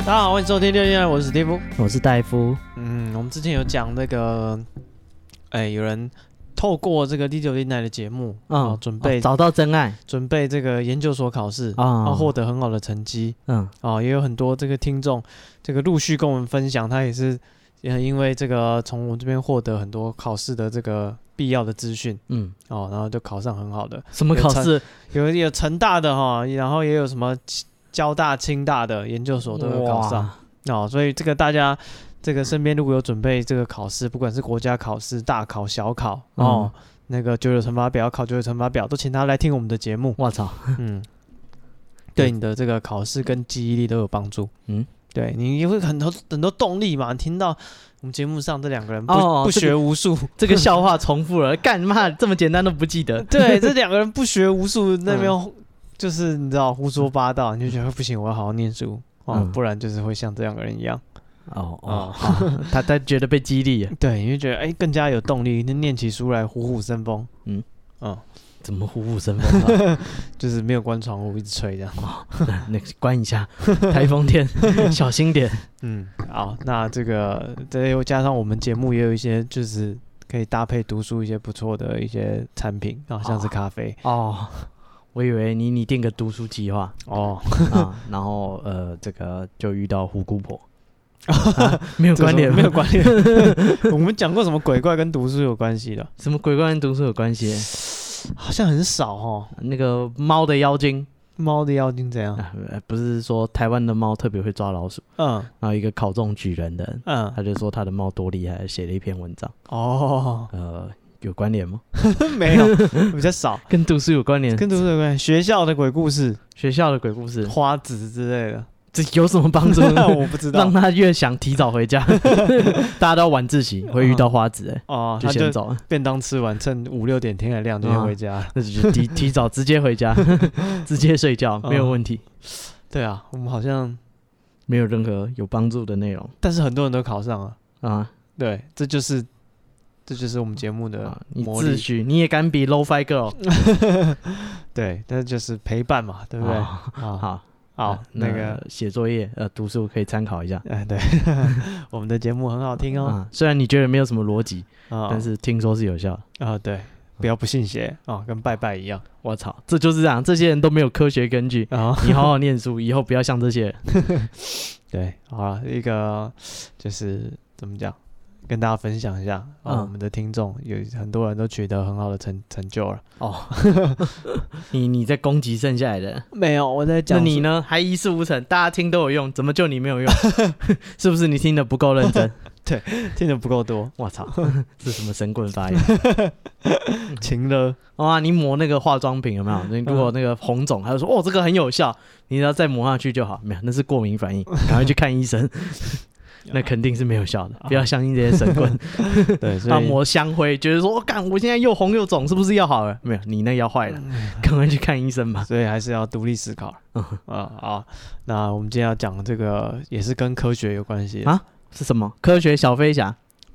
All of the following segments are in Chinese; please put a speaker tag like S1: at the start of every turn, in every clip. S1: 大家好，欢迎收听六六六，我是史蒂夫。
S2: 我是戴夫，
S1: 嗯，我们之前有讲那个，哎、有人透过这个第九零奶的节目，啊、
S2: 嗯，
S1: 准备、哦
S2: 哦找到真爱
S1: 准备这个研究所考试，
S2: 啊
S1: 然后获得很好的成绩，
S2: 嗯
S1: 哦，也有很多这个听众，这个陆续跟我们分享，他也是，也因为这个从我们这边获得很多考试的这个必要的资讯，
S2: 嗯，
S1: 哦，然后就考上很好的，
S2: 什么考试？
S1: 有有成大的哈、然后也有什么交大、清大的研究所都有考上。
S2: 哇，
S1: 哦，所以这个大家这个身边如果有准备这个考试，不管是国家考试、大考、小考哦，那个九九乘法表、考九九乘法表，都请他来听我们的节目
S2: 我操，
S1: 嗯，对你的这个考试跟记忆力都有帮助，
S2: 嗯，
S1: 对你也会很多很多动力嘛。你听到我们节目上这两个人不、
S2: 哦
S1: 不
S2: 这个
S1: 学无 术，
S2: 这个笑话重复了， 干嘛这么简单都不记得？
S1: 对，这两个人不学无术，那
S2: 嗯
S1: 边、就是你知道胡说八道，你就觉得不行，我要好好念书哦，
S2: 嗯
S1: 不然就是会像这两个人一样。
S2: 哦
S1: 哦
S2: 哦， 好他他觉得被激励了，
S1: 对，你就觉得哎、更加有动力，念起书来虎虎生风。
S2: 嗯
S1: 嗯，
S2: 怎么虎虎生风
S1: 就是没有关窗户，一直吹这 样。
S2: 啊？哦，啊 那个关一下， 台风 天，小心点。
S1: 嗯，好，那这个这又加上我们节目也有一些就是可以搭配读书一些不错的一些产品啊，像是
S2: 哦
S1: 咖啡
S2: 哦，我以为你拟定个读书 计划
S1: 哦，
S2: 啊，然后呃，这个就遇到虎 姑婆，啊没有
S1: 这
S2: 关联，
S1: 什么没有关联。 我们讲过什么鬼怪跟读书有关系的？
S2: 什么鬼怪跟读书有关系。
S1: 好像很少哦。
S2: 那个猫的妖精，
S1: 猫的妖精怎样？
S2: 啊，呃不是说台湾的猫特别会抓老鼠，
S1: 嗯
S2: 然后一个考中举人的人，
S1: 嗯
S2: 他就说他的猫多厉害，写了一篇文章。
S1: 哦，
S2: 呃，有关联吗？
S1: 没有，比较少。
S2: 跟哦读书有关联？
S1: 跟读书有关系，学校的鬼故事、
S2: 学校的鬼故事，
S1: 花子之类 的，
S2: 这有什么帮助 呢？
S1: 我不知道
S2: 让。他越想提早回 家。大家都要晚自习，会遇到花子、欸，
S1: 哦，
S2: 就
S1: 他就
S2: 先走，
S1: 便当吃完，趁五六点天还亮
S2: 啊
S1: 就先回家。
S2: 那就提提早直接回 家，直接睡觉，没有问题，
S1: 对啊，我们好像，
S2: 没有任何有帮助的内容
S1: 但是很多人都考上了。
S2: 啊
S1: 对，这就是这就是我们节目的
S2: 啊！你
S1: 魔
S2: 自
S1: 力。
S2: 诩你也敢比 low fi girl，
S1: 对，那就是陪伴嘛，对不对？
S2: 啊
S1: 好
S2: 好，
S1: 好，那个，
S2: 啊写作业呃读书可以参考一下。
S1: 哎，对， 我们的节目很好听哦。
S2: 啊，虽然你觉得没有什么逻辑，
S1: 啊，
S2: 但是听说是有效的。
S1: 啊，对，不要不信邪啊，跟拜拜一样。
S2: 我操，这就是这样，这些人都没有科学根据
S1: 啊。
S2: 你好好念书，以后不要像这些人。
S1: 对，好了，一个就是怎么讲，跟大家分享一下啊，
S2: 嗯
S1: 我们的听众有很多人都取得很好的成成就了。
S2: 哦，你你在攻击剩下来的人，
S1: 没有，我在
S2: 那
S1: 讲
S2: 你呢？还一事无成，大家听都有用，怎么就你 没有用？是不是你听的不够认真？
S1: 听的不够多，
S2: 我操，是什么神棍 发言？
S1: 情了，
S2: 哇、你抹那个化妆品有没有？
S1: 嗯
S2: 你如果那个红肿，他就说哦这个很有效，你只要再抹下去就好。没有，那是过敏反应，赶快去看医生。那 肯定是没有效的，不要相信这些神 棍。
S1: 对，所
S2: 按
S1: 以
S2: 摩香灰，觉得说，我、干，我现在又红又肿，是不是要好了？没有，你那要坏了，赶快去看医生吧。
S1: 所以还是要独立思考
S2: 嗯
S1: 啊啊。那我们今天要讲的这个也是跟科学有关系
S2: 啊是什么？科学小飞侠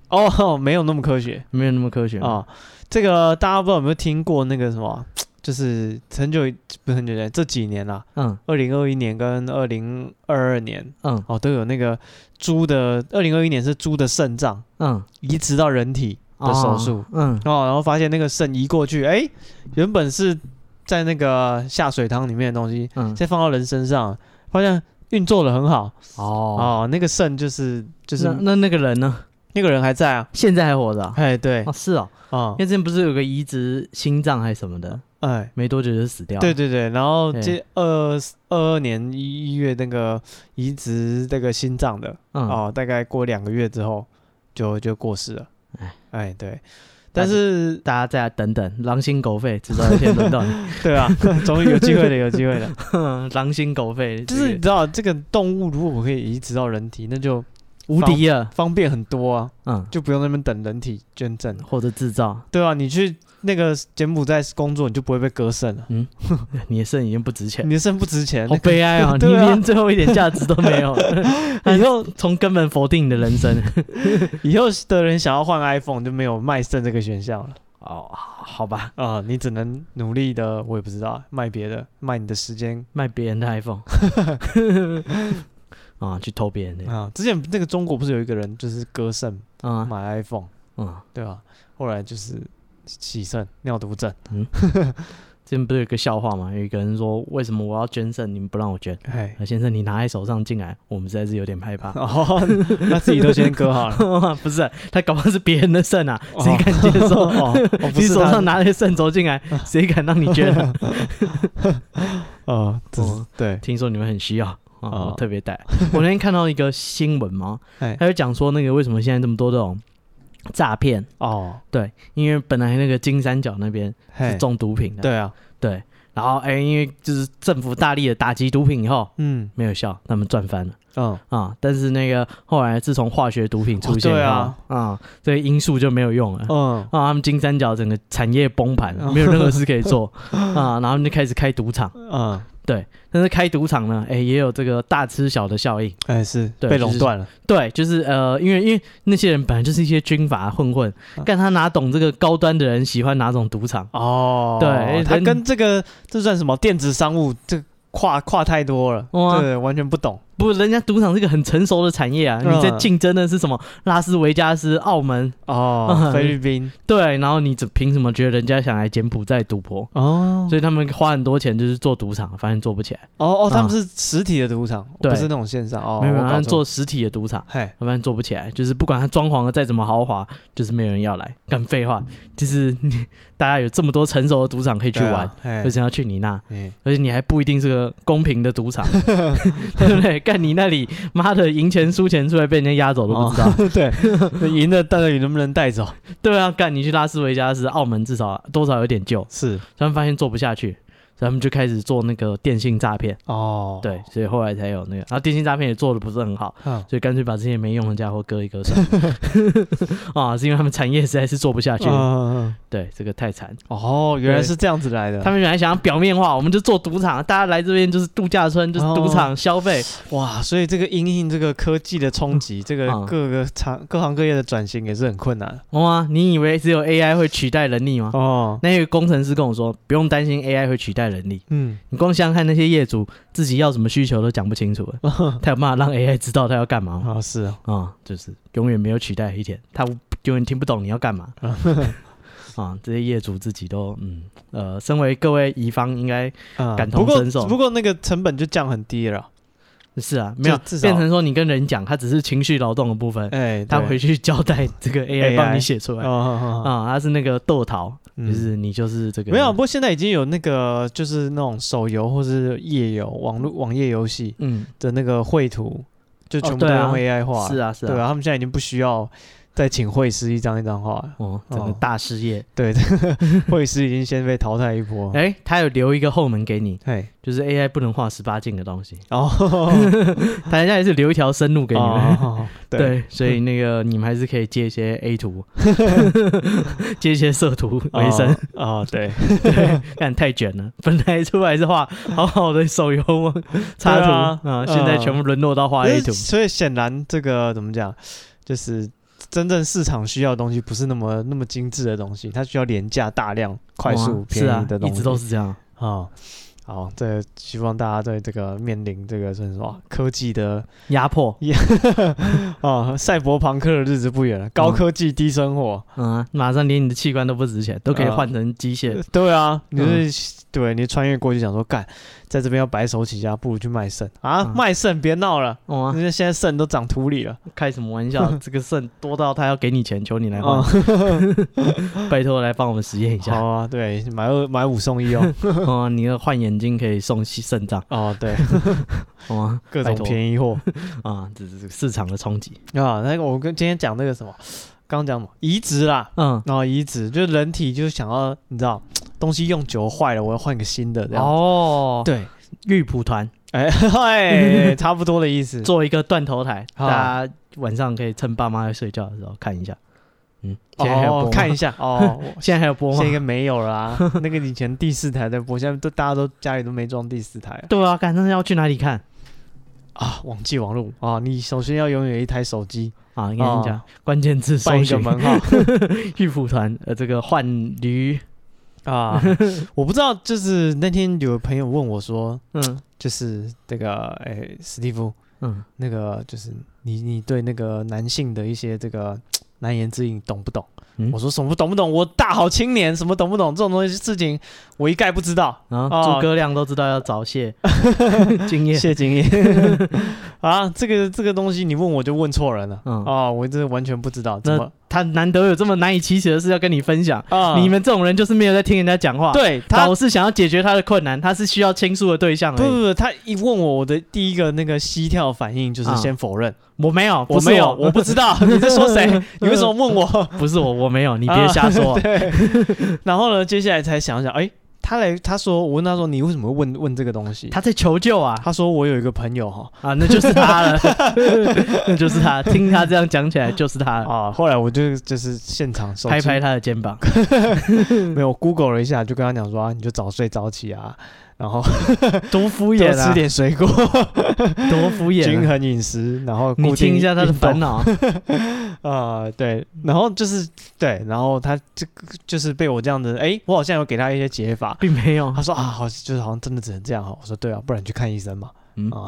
S1: 哦，没有那么科学
S2: 没有那么科学啊、
S1: 啊。这个大家不知道有没有听过那个什么，就是很久不是很久以前，这几年啦，
S2: 嗯
S1: 二零二一年跟二零二二年
S2: 嗯
S1: 哦，都有那个猪的，二零二一年是猪的肾脏
S2: 嗯
S1: 移植到人体的手术。
S2: 哦嗯
S1: 哦，然后发现那个肾移过去，哎，原本是在那个下水塘里面的东西，
S2: 嗯
S1: 再放到人身上，发现运作的很好
S2: 哦，
S1: 哦那个肾就是就
S2: 就是
S1: 是
S2: 那那那个人呢？
S1: 那个人还在啊，
S2: 现在还活着啊、
S1: 哎对
S2: 哦，是哦，
S1: 啊
S2: 因为之前不是有个移植心脏还是什么的，
S1: 哎
S2: 没多久就死掉了。哎
S1: 对对对，然后
S2: 对
S1: 这二二二年一一月那个移植这个心脏的
S2: 嗯，
S1: 哦，大概过两个月之后就就过世了
S2: 哎，
S1: 哎对，
S2: 但
S1: 但是
S2: 大家再等等，狼心狗肺，直到有一天轮到 你。
S1: 对啊， 终于有机会了，有机会了。
S2: 狼心狗肺，
S1: 就是
S2: 这
S1: 你
S2: 个
S1: 知道，这个动物如果可以移植到人体，那就
S2: 无敌了。
S1: 方便很多啊，
S2: 嗯，
S1: 就不用在那边等人体捐赠。
S2: 或者制造，
S1: 对啊，你去那个柬埔寨工作，你就不会被割肾了，
S2: 你的肾已经不值钱了。
S1: 你的肾不值钱。
S2: 好悲哀 啊！你
S1: 对啊
S2: 连最后一点价值都没有，
S1: 以后
S2: 从根本否定你的人 生。
S1: 以后的人想要换 iPhone 就没有卖肾这个选项了
S2: 哦，好吧，
S1: 啊、你只能努力的，我也不知道卖别的，卖你的时间。
S2: 卖别人的 iPhone。 啊，去偷别人 的
S1: 啊，之前那个中国不是有一个人就是割肾
S2: 啊
S1: 买 iPhone，
S2: 啊，
S1: 对吧？后来就是洗肾尿毒症，
S2: 之前不是有一个笑话嘛？有一个人说，为什么我要捐肾，你们不让我捐？
S1: 哎，
S2: 啊，先生，你拿在手上进来，我们实在是有点害 怕。
S1: 哦，那自己都先割好了，
S2: 不是，啊他搞不好是别人的 肾啊，
S1: 哦
S2: 谁敢接受？
S1: 哦，哦不
S2: 你
S1: 是
S2: 手
S1: 他
S2: 上拿着肾走进来，谁敢让你捐 啊？
S1: 哦，这是
S2: 哦
S1: 对，
S2: 听说你们很需要。啊，
S1: 哦
S2: 我特别带。我那天看到一个新闻嘛，
S1: 哎，
S2: 他就讲说那个为什么现在这么多这种诈骗？
S1: 哦，
S2: 对，因为本来那个金三角那边
S1: 嘿
S2: 是，重毒品的，
S1: 对啊，
S2: 对，然后哎，因为就是政府大力的打击毒品以后
S1: 嗯
S2: 没有效，他们赚翻了
S1: 嗯，
S2: 啊。但是那个后来自从化学毒品出现
S1: 哦
S2: 以
S1: 对
S2: 后，
S1: 啊
S2: 啊，这个因素就没有用了。
S1: 嗯，
S2: 啊，他们金三角整个产业崩盘，
S1: 哦
S2: 没有任 何事可以做啊，然后他们就开始开赌场。
S1: 嗯，
S2: 对，但是开赌场呢，哎，也有这个大吃小的效应。
S1: 哎，是
S2: 对
S1: 被
S2: 就
S1: 垄
S2: 是
S1: 断了，
S2: 对，就是呃，因为因为那些人本来就是一些军阀混混，
S1: 啊
S2: 但他哪懂这个高端的人喜欢哪种赌场？
S1: 哦，
S2: 对哎
S1: 他
S2: 人
S1: 跟这个这算什么电子商务这跨跨太多了，
S2: 哇
S1: 对，完全不懂，
S2: 不，人家赌场是个很成熟的产业啊，
S1: 嗯
S2: 你在竞争的是什么？拉斯维加斯、澳门，
S1: 哦，
S2: 嗯
S1: 菲律宾，
S2: 对，然后你怎凭什么觉得人家想来柬埔寨赌博？
S1: 哦，
S2: 所以他们花很多钱就是做赌场，发现做不起来，
S1: 哦哦，他们
S2: 啊
S1: 是实体的赌场，
S2: 对
S1: 不是那种线上哦。
S2: 没有，
S1: 我
S2: 他
S1: 搞
S2: 们
S1: 错了，
S2: 做实体的赌场。
S1: 嘿，
S2: 他们做不起来，就是不管他装潢的再怎么豪华，就是没有人要来。干废话，就是你 大家有这么多成熟的赌场可以去
S1: 对啊
S2: 玩，，为
S1: 嘿，
S2: 什么要去你那？
S1: 嗯
S2: 而且你还不一定是个公平的赌场， 对不对？干你那里，妈的，赢钱输钱出来被人家压走都不知道。
S1: 对， 那赢的到底能不能带走？
S2: 对啊，干你去拉斯维加斯、澳门，至少多少有点救。
S1: 是
S2: 他们发现做不下去，所以他们就开始做那个电信诈骗。
S1: 哦，
S2: 对，所以后来才有那个，然后电信诈骗也做的不是很好，
S1: 嗯，
S2: 所以干脆把这些没用的家伙割一割算了。 啊，是因为他们产业实在是做不下去
S1: 嗯，嗯嗯
S2: 对，这个太惨。
S1: 哦，原来
S2: 对
S1: 是这样子来的。
S2: 他们原来想要表面化，我们就做赌场，大家来这边就是度假村，就是赌场消费。
S1: 哇，所以这个因应这个科技的冲击，这个
S2: 嗯
S1: 各个行各行各业的转型也是很困难
S2: 哇、哦啊你以为只有 AI 会取代人力吗？
S1: 哦。
S2: 那个工程师跟我说，不用担心 AI 会取代人力，
S1: 嗯，
S2: 你光想想看那些业主自己要什么需求都讲不清楚了，
S1: 哦
S2: 他有办法让 AI 知道他要干嘛吗？
S1: 啊是啊，
S2: 啊、就是永远没有取代的一天，他永远听不懂你要干嘛。
S1: 哦
S2: 啊，这些业主自己都嗯呃，身为各位乙方，应该
S1: 嗯
S2: 感同
S1: 不过
S2: 身受
S1: 不过那个成本就降很低了，
S2: 是啊，没有
S1: 至少
S2: 变成说你跟人讲，他只是情绪劳动的部分，
S1: 哎，
S2: 他
S1: 对
S2: 回去交代这个
S1: AI
S2: AI 帮你写出来
S1: 哦
S2: 啊、
S1: 哦，哦
S2: 他是那个豆桃，
S1: 嗯
S2: 就是你就是这个
S1: 没有，不过现在已经有那个就是那种手游或是页游、网络网页游戏
S2: 嗯
S1: 的那个绘图，就全部都
S2: 对啊
S1: 用 AI 画、
S2: 是啊是啊
S1: 对啊，他们现在已经不需要再请绘师一张一张画了。
S2: 哦，整个
S1: 哦
S2: 大事业。
S1: 对， 绘师已经先被淘汰一波。
S2: 哎、他有留一个后门给你，
S1: 嘿，
S2: 就是 AI 不能画十八禁的东西，
S1: 然后
S2: 他人家也是留一条生路给你们。
S1: 哦对，
S2: 对，所以那个你们还是可以接一些 A 图，接一些色图为生。
S1: 哦哦， 对，
S2: 对，但太卷了，本来出来是画好好的手游插图
S1: 对啊
S2: 啊、现在
S1: 嗯
S2: 全部沦落到画 A 图。
S1: 所以显然这个怎么讲，就是。真正市场需要的东西不是那么那么精致的东西，它需要廉价、大量、快速
S2: 哇、
S1: 便
S2: 是啊
S1: 宜的，东
S2: 一
S1: 西。
S2: 直都是这样。
S1: 啊、好，这个希望大家在这个面临这个算什么科技的
S2: 压迫，
S1: 啊、赛博朋克的日子不远了，高科技低生活，
S2: 嗯、马上连你的器官都不值钱，都可以
S1: 啊
S2: 换成机械。
S1: 对啊，你
S2: 嗯
S1: 就是、对你穿越过去想说，干，在这边要白手起家，不如去卖肾啊，
S2: 嗯
S1: 卖肾别闹了，
S2: 哇、
S1: 人家现在肾都长土里了，
S2: 开什么 玩笑？这个肾多到他要给你钱，求你来换
S1: 啊，，
S2: 拜托来帮我们实验一下。
S1: 好啊，对，买二买五送一哦，
S2: 哦，你要换眼睛可以送西肾脏，
S1: 哦，对，
S2: 好吗？
S1: 各种
S2: 宜
S1: 便宜货
S2: 啊，这是市场的冲击。
S1: 啊，那个我跟今天讲那个什么，刚刚讲什么移植啦，
S2: 嗯，
S1: 然后移植，就是人体就是想要，你知道，东西用久了坏了，我要换个新的这样。
S2: 哦，
S1: 对，
S2: 玉蒲团
S1: 哎， 嘿差不多的意思。
S2: 做一个断头台，
S1: 好
S2: 大家晚上可以趁爸妈在睡觉的时候看一下。嗯，现在还有播
S1: 哦
S2: 吗，
S1: 看一，下哦，我
S2: 现在还有播
S1: 现在应该
S2: 吗？
S1: 没有啦、那个以前第四台在播，现在都大家都家里都没装第四台了
S2: 对啊，看那要去哪里看
S1: 啊。网际网络啊，你首先要拥有一台手机，
S2: 啊？跟你讲，关键字
S1: 办
S2: 搜
S1: 哦一个
S2: 寻
S1: 门号
S2: 玉蒲团，呃，这个换驴，
S1: 啊。我不知道，就是那天有朋友问我说，
S2: 嗯
S1: 就是这个哎，史蒂夫，
S2: 嗯，
S1: 那个就是你你对那个男性的一些这个难言之隐懂不懂？
S2: 嗯
S1: 我说什么懂不懂？我大好青年，什么懂不懂？这种东西事情我一概不知 道。
S2: 然后
S1: 哦
S2: 啊诸葛亮都知道要早 泄，经验，
S1: 谢经验 啊，这个这个东西你问我就问错人了。
S2: 嗯
S1: 哦，我真的完全不知道怎
S2: 那
S1: 么
S2: 他难得有这么难以启齿的事要跟你分享，
S1: 啊，
S2: 你们这种人就是没有在听人家讲话，，
S1: 对他嗯
S2: 老是想要解决他的困难，他是需要倾诉的对象而
S1: 不不
S2: 已。
S1: 不，他一问我，我的第一个那个膝跳反应就是
S2: 啊
S1: 先否认，
S2: 我没有，
S1: 我
S2: 不是
S1: 没有，
S2: 我
S1: 我不知道你在说谁，你为什么问我？。
S2: 不是我，我没 有，你别瞎说
S1: 啊对， 然后呢，接下来才想想，哎，他来，他说，我问他说，你为什么会问问这个东西？
S2: 他在求救啊
S1: 他说我有一个朋友哈
S2: 啊，那就是他了， 那就是他。听他这样讲起来，就是他了。
S1: 啊，后来我就就是现场手机
S2: 拍拍他的肩 膀，
S1: 没有 Google 了一下，就跟他讲说啊，你就早睡早起啊，然后
S2: 多
S1: 多
S2: 敷衍啊
S1: 吃！点水果，
S2: 多敷
S1: 均
S2: 衍、啊。
S1: 衡饮食，然后
S2: 你
S1: 固定
S2: 听一下他的
S1: 运动
S2: 烦恼，
S1: 啊、对，然后就是对，然后他这个就是被我这样子，哎，我好像有给他一些解法。
S2: 并没有
S1: 他。说啊，好，就是好像真的只能这样哈。我说对啊，不然你去看医生嘛。
S2: 嗯
S1: 啊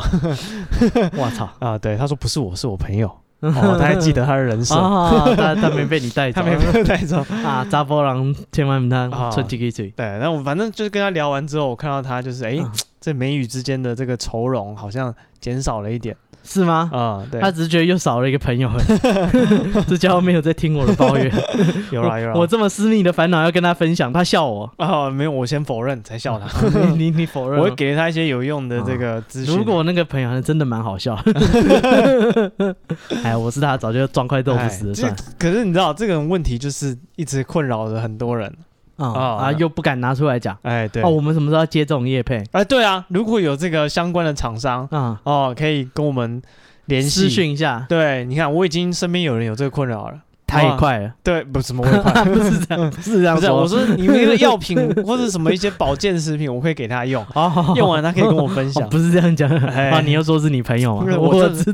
S2: 我操！
S1: 啊，对，他说不是我，是我朋友。哦，他还记得他的人 设，
S2: 啊，他他没被你带走，
S1: 他没有带走。
S2: 啊，查甫人千万不
S1: 啊
S2: 能出几个嘴。
S1: 对，然后我反正就是跟他聊完之后，我看到他就是哎、
S2: 嗯
S1: 这眉宇之间的这个愁容好像减少了一点
S2: 是吗？
S1: 啊、对，
S2: 他只是觉得又少了一个朋友，这家伙没有在听我的抱怨。
S1: 有啦有啦，
S2: 我我这么私密的烦恼要跟他分享，他笑我，
S1: 啊没有，我先否认才笑他，
S2: 你你你否认
S1: 我
S2: 了
S1: 会给他一些有用的这个资讯。
S2: 嗯
S1: 哎
S2: 如果那个朋友还真的蛮好笑，哎，我是他早就撞块豆腐死
S1: 哎
S2: 了
S1: 这
S2: 算了
S1: 可是你知道这种问题就是一直困扰着很多人，
S2: 啊
S1: 哦
S2: 啊，又不敢拿出来讲。
S1: 哎对，
S2: 哦，我们什么时候要接这种叶配
S1: 哎对啊，如果有这个相关的厂商
S2: 啊？
S1: 哦，可以跟我们联系。
S2: 私讯一下，
S1: 对，你看我已经身边有人有这个困扰了。
S2: 他也
S1: 啊
S2: 快了，
S1: 对，不怎么会 快，
S2: 不是这样，不是这样
S1: 不是，啊
S2: 说。
S1: 我说你那个药品 或者什么一些保健食品，我可以给他 用，
S2: 哦，
S1: 用完他可以跟我分
S2: 哦
S1: 享。
S2: 不是这样讲
S1: 哎
S2: 啊！你又说是你朋友
S1: 不是
S2: 啊？
S1: 我
S2: 我
S1: 真的
S2: 知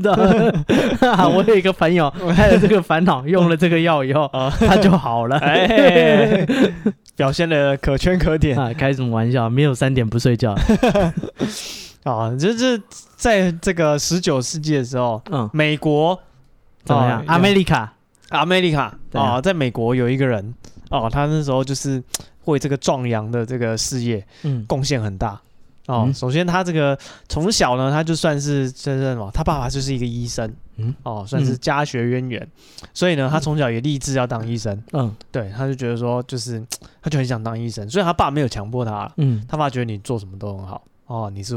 S2: 道，我有一个朋友，他有这个烦恼，用了这个药以后，
S1: 啊
S2: 他就好了。
S1: 哎，表现的可圈可点
S2: 啊，开什么玩笑？没有三点不 睡觉。
S1: 啊！就是在这个十九世纪的时候，
S2: 嗯，
S1: 美国
S2: 怎么样
S1: 哦？
S2: 阿美利卡
S1: 阿美利卡
S2: 对啊
S1: 啊，在美国有一个人哦，他那时候就是为这个壮阳的这个事业
S2: 嗯，
S1: 贡献很大哦。
S2: 嗯
S1: 首先，他这个从小呢，他就算是真正什么，他爸爸就是一个医生，
S2: 嗯
S1: 哦，算是家学渊源，所以呢，他从小也立志要当医生。
S2: 嗯
S1: 对，他就觉得说，就是他就很想当医生，虽然他爸没有强迫他啦，
S2: 嗯
S1: 他爸觉得你做什么都很好哦，你是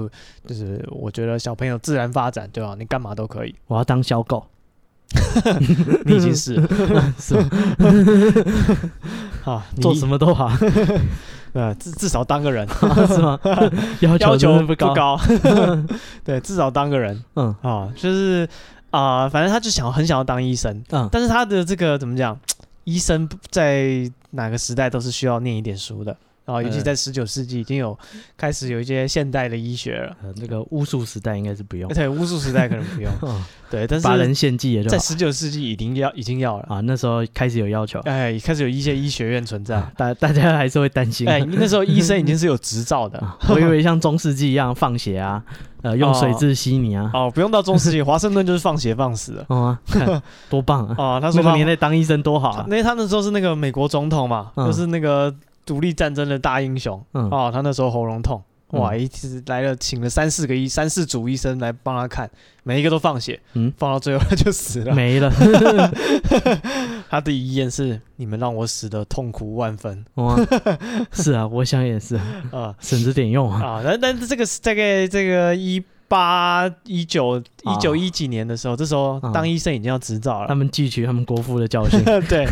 S1: 就是我觉得小朋友自然发展，对吧？你干嘛都 可以，
S2: 我要当 小狗，
S1: 你已经是了
S2: 是吧
S1: 啊，
S2: 做什
S1: 么？
S2: 么都好，
S1: 呃，至至少当个人，
S2: 是 吗？ 要
S1: 要
S2: 求
S1: 求
S2: 真的不高。
S1: 对，至少当个人
S2: 嗯
S1: 啊，就是啊、反正他就想很想要当医生，
S2: 嗯
S1: 但是他的这个怎么讲，医生在哪个时代都是需要念一点书的。啊，尤其
S2: 嗯
S1: 在十九世纪已经有开始有一些现代的医学了，
S2: 呃，那个巫术时代应该是不用
S1: 而，且巫术时代可能 不用，
S2: 嗯
S1: 对，哦但
S2: 把
S1: 是
S2: 人献祭也就
S1: 在
S2: 好
S1: 十九世纪已经要已经要了，
S2: 啊。那时候开始有 要求，
S1: 哎，开始有一些医学院存在，
S2: 大大家还是会担心。
S1: 哎，那时候医生已经是有执照的，
S2: 啊我以为像中世纪一样放血啊，呃，用水蛭吸你啊，
S1: 哦，不用到中世纪，华盛顿就是放血放死了，
S2: 哦啊， 看多棒啊！
S1: 哦，他说
S2: 那个
S1: 他
S2: 年代当医生多好啊！
S1: 那他那时候是那个美国总统嘛，
S2: 嗯
S1: 就是那个独立战争的大英雄
S2: 嗯
S1: 哦，他那时候喉咙痛，
S2: 嗯
S1: 哇，一直来了，请了三四个医三四组医生来帮他看，每一个都放血，
S2: 嗯
S1: 放到最后他就死了。
S2: 没了，
S1: 他的遗言是：你们让我死的痛苦万分
S2: 哇，是啊，我想也是，
S1: 啊
S2: 省着点用啊。
S1: 啊！但但是这个是大概这个一八一九一
S2: 啊
S1: 九一几年的时候，这时候
S2: 啊
S1: 当医生已经要执照
S2: 他
S1: 了，
S2: 们汲取他们国父 的教训，
S1: 对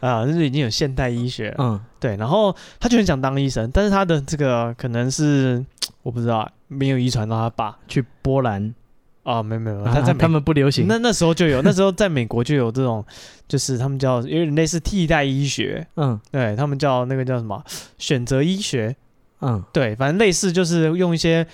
S1: 啊，就是已经有现代医学了。
S2: 嗯，
S1: 对，然后他就很想当医生，但是他的这个可能是我不知道，没有遗传到他爸
S2: 去波兰，
S1: 啊、没有没有，没有
S2: 啊
S1: 他在美、
S2: 他们不流行，
S1: 那那时候 就有，那时候在美国就有这种，就是他们叫有点类似替代医学，
S2: 嗯
S1: 对他们叫那个叫什么选择医学，
S2: 嗯
S1: 对，反正类似就是用一些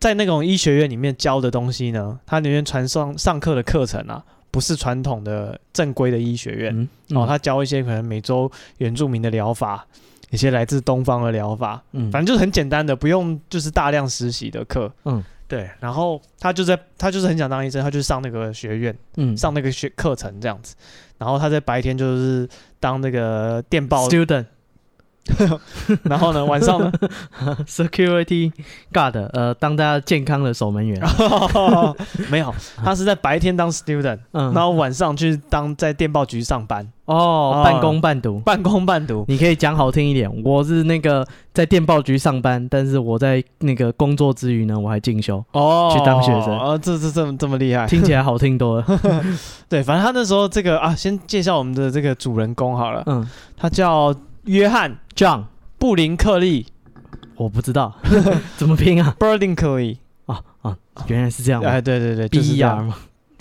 S1: 在那种医学院里面教的东西呢，它里面传上上课的课程啊，不是传统的正规的医学院，
S2: 嗯，
S1: 哦，他教一些可能美洲原住民的疗法，一些来自东方的疗法，
S2: 嗯
S1: 反正就是很简单的，不用就是大量实习的课。
S2: 嗯，
S1: 对，然后他就在他就是很想当医生，他就上那个学院，
S2: 嗯
S1: 上那个学课程这样子。然后他在白天就是当那个电报，
S2: student
S1: 然后呢晚上呢，
S2: security guard，呃，当大家健康的守门
S1: 哦
S2: 员，
S1: 没有，他是在白天当 student，
S2: 嗯
S1: 然，后晚上去当在电报局上班，
S2: 哦，半工半读。
S1: 半工半 读。
S2: 你可以讲好听一点，我是那个在电报局上班，但是我在那个工作之余呢，我还进修，
S1: 哦
S2: 去当学生
S1: 啊，这这这么这么厉害，
S2: 听起来好听 多了。
S1: 对，反正他那时候这个啊，先介绍我们的这个主人公好了，
S2: 嗯
S1: 他叫约翰
S2: ，John，
S1: 布林克利
S2: 我不 知道怎么拼啊
S1: b u r d i n k l y
S2: 啊啊，原来是这样
S1: 哎，对对对
S2: ，B E R
S1: 啊
S2: 吗？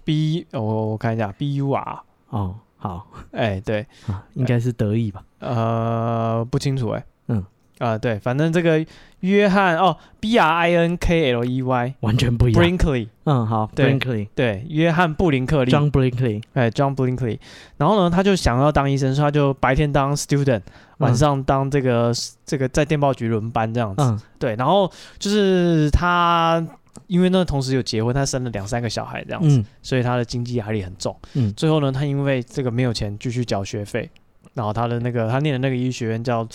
S1: B，哦我我看一下，B U R，
S2: 哦，好
S1: 哎，对，
S2: 啊，应该是德意吧？
S1: 呃，不清楚哎，
S2: 嗯。
S1: 啊，对，反正这个约翰哦，B R I N K L E Y
S2: 完全不一样。
S1: Brinkley，
S2: 嗯，好
S1: 对
S2: ，Brinkley，John
S1: 对，约翰布林克利，
S2: Brinkley，嗯
S1: 哎，John Brinkley。然后呢，他就想要当医生，所以他就白天当 student，晚
S2: 嗯
S1: 上当这个、这个在电报局轮班这样子。
S2: 嗯
S1: 对，然后就是他，因为那同时有结婚，他生了两三个小孩这样子，
S2: 嗯
S1: 所以他的经济压力很重。
S2: 嗯
S1: 最后呢，他因为这个没有钱继续缴学费，然后他的那个他念的那个医学院叫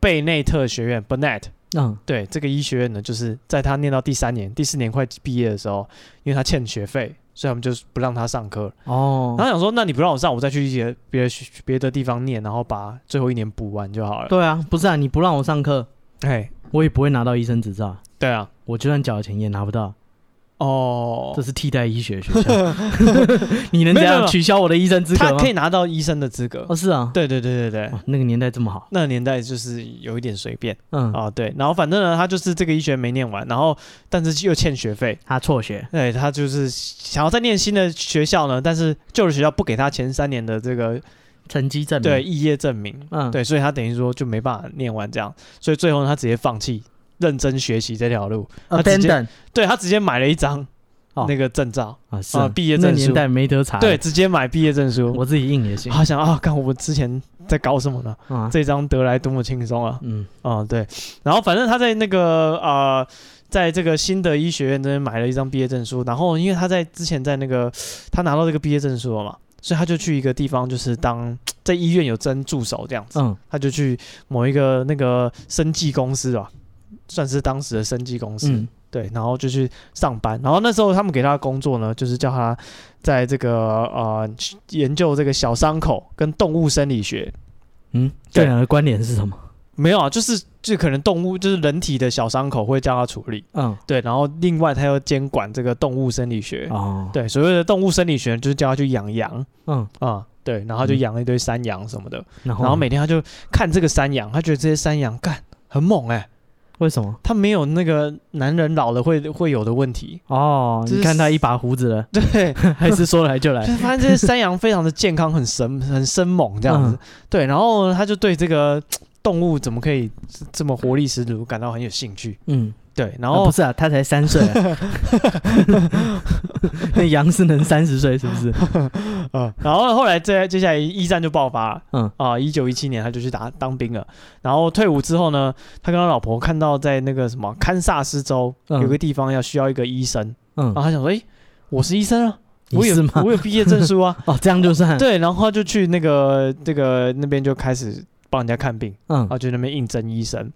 S1: 贝内特学院 （Bennett）。
S2: 嗯，
S1: 对，这个医学院呢，就是在他念到第三年、第四年快毕业的时候，因为他欠学费，所以他们就是不让他上课。然
S2: 哦，
S1: 后想说，那你不让我上，我再去一些别的学别的地方念，然后把最后一年补完就好了。
S2: 对啊，不是啊，你不让我上课，
S1: 哎，
S2: 我也不会拿到医生执照，
S1: 对啊，
S2: 我就算缴了钱也拿不到，啊
S1: 哦
S2: 这，是替代医学学 校。你能这
S1: 没有没
S2: 样
S1: 有
S2: 取消我的医生资格
S1: 他
S2: 吗
S1: 可？以拿到医生的资格。
S2: 哦，是啊，
S1: 对对对对对，
S2: 哦那个年代这么好，
S1: 那个年代就是有一点随便
S2: 嗯，
S1: 啊、对，然后反正呢，他就是这个医学没念完，然后但是又欠学费。
S2: 他辍学，
S1: 对他就是想要再念新的学校呢，但是旧的学校不给他前三年的这个
S2: 成绩证明，
S1: 对，肄业证明，
S2: 嗯，
S1: 对，所以他等于说就没办法念完这样，所以最后呢，他直接放弃认真学习这条路，他直接
S2: ，abandon
S1: 对他直接买了一张
S2: 哦
S1: 那个证照，
S2: 啊，是
S1: 啊
S2: 啊，
S1: 毕业
S2: 那
S1: 证
S2: 年
S1: 书
S2: 代没得查，
S1: 对，，直接买毕业证书。
S2: 我自己印也行
S1: 好想啊，看我们之前在搞什么呢？
S2: 啊，
S1: 这张得来多么轻松啊！
S2: 嗯，
S1: 啊、对，然后反正他在那个呃，在这个新的医学院这边买了一张毕业证书，然后因为他在之前在那个他拿到这个毕业证书了嘛，所以他就去一个地方，就是当在医院有征助手这样子，
S2: 嗯
S1: 他就去某一个那个生技公司吧，算是当时的生技公司，
S2: 嗯
S1: 对，然后就去上班。然后那时候他们给他的工作呢，就是叫他在这个呃研究这个小伤口跟动物生理学。
S2: 嗯，
S1: 对
S2: 这两个关联是什么？
S1: 没有啊，就是就可能动物就是人体的小伤口会叫他处理，
S2: 嗯，
S1: 对。然后另外他又监管这个动物生理学，
S2: 哦，
S1: 对。所谓的动物生理学就是叫他去养羊
S2: 嗯，
S1: 啊、对。然后就
S2: 嗯哦
S1: 养了一堆山羊什么的，
S2: 然后
S1: 然后每天他就看这个山羊，他觉得这些山羊干很猛哎、
S2: 为什么？
S1: 他没有那个男人老了会会有的问题，
S2: 哦，
S1: 这
S2: 你
S1: 是
S2: 看他一把胡 子了，
S1: 对，
S2: 还是说来就来
S1: 就，是发现这些山羊非常的健康，很生 很生猛这样子。
S2: 嗯
S1: 对，然后呢他就对这个动物怎么可以这这么活力十足感到很有兴趣。
S2: 嗯，
S1: 对，然
S2: 然
S1: 后、
S2: 后不是啊，他才三岁 啊，那羊是能三十岁是不是？
S1: 呃，然后后来接接下来一战就爆发了。
S2: 嗯
S1: 啊，一九一七年他就去打当兵了。然后退伍之后呢，他跟他老婆看到在那个什么堪萨斯州、
S2: 嗯
S1: 有个地方要需要一个医生，啊
S2: 嗯
S1: 然后，他想说，诶，我是医生啊，
S2: 你
S1: 我有
S2: 是吗？
S1: 我有毕业证书啊，
S2: 哦，这样就算，
S1: 对，然后他就去那个这个那边就开始帮人家看病，
S2: 嗯
S1: 然，后去那边应征医生。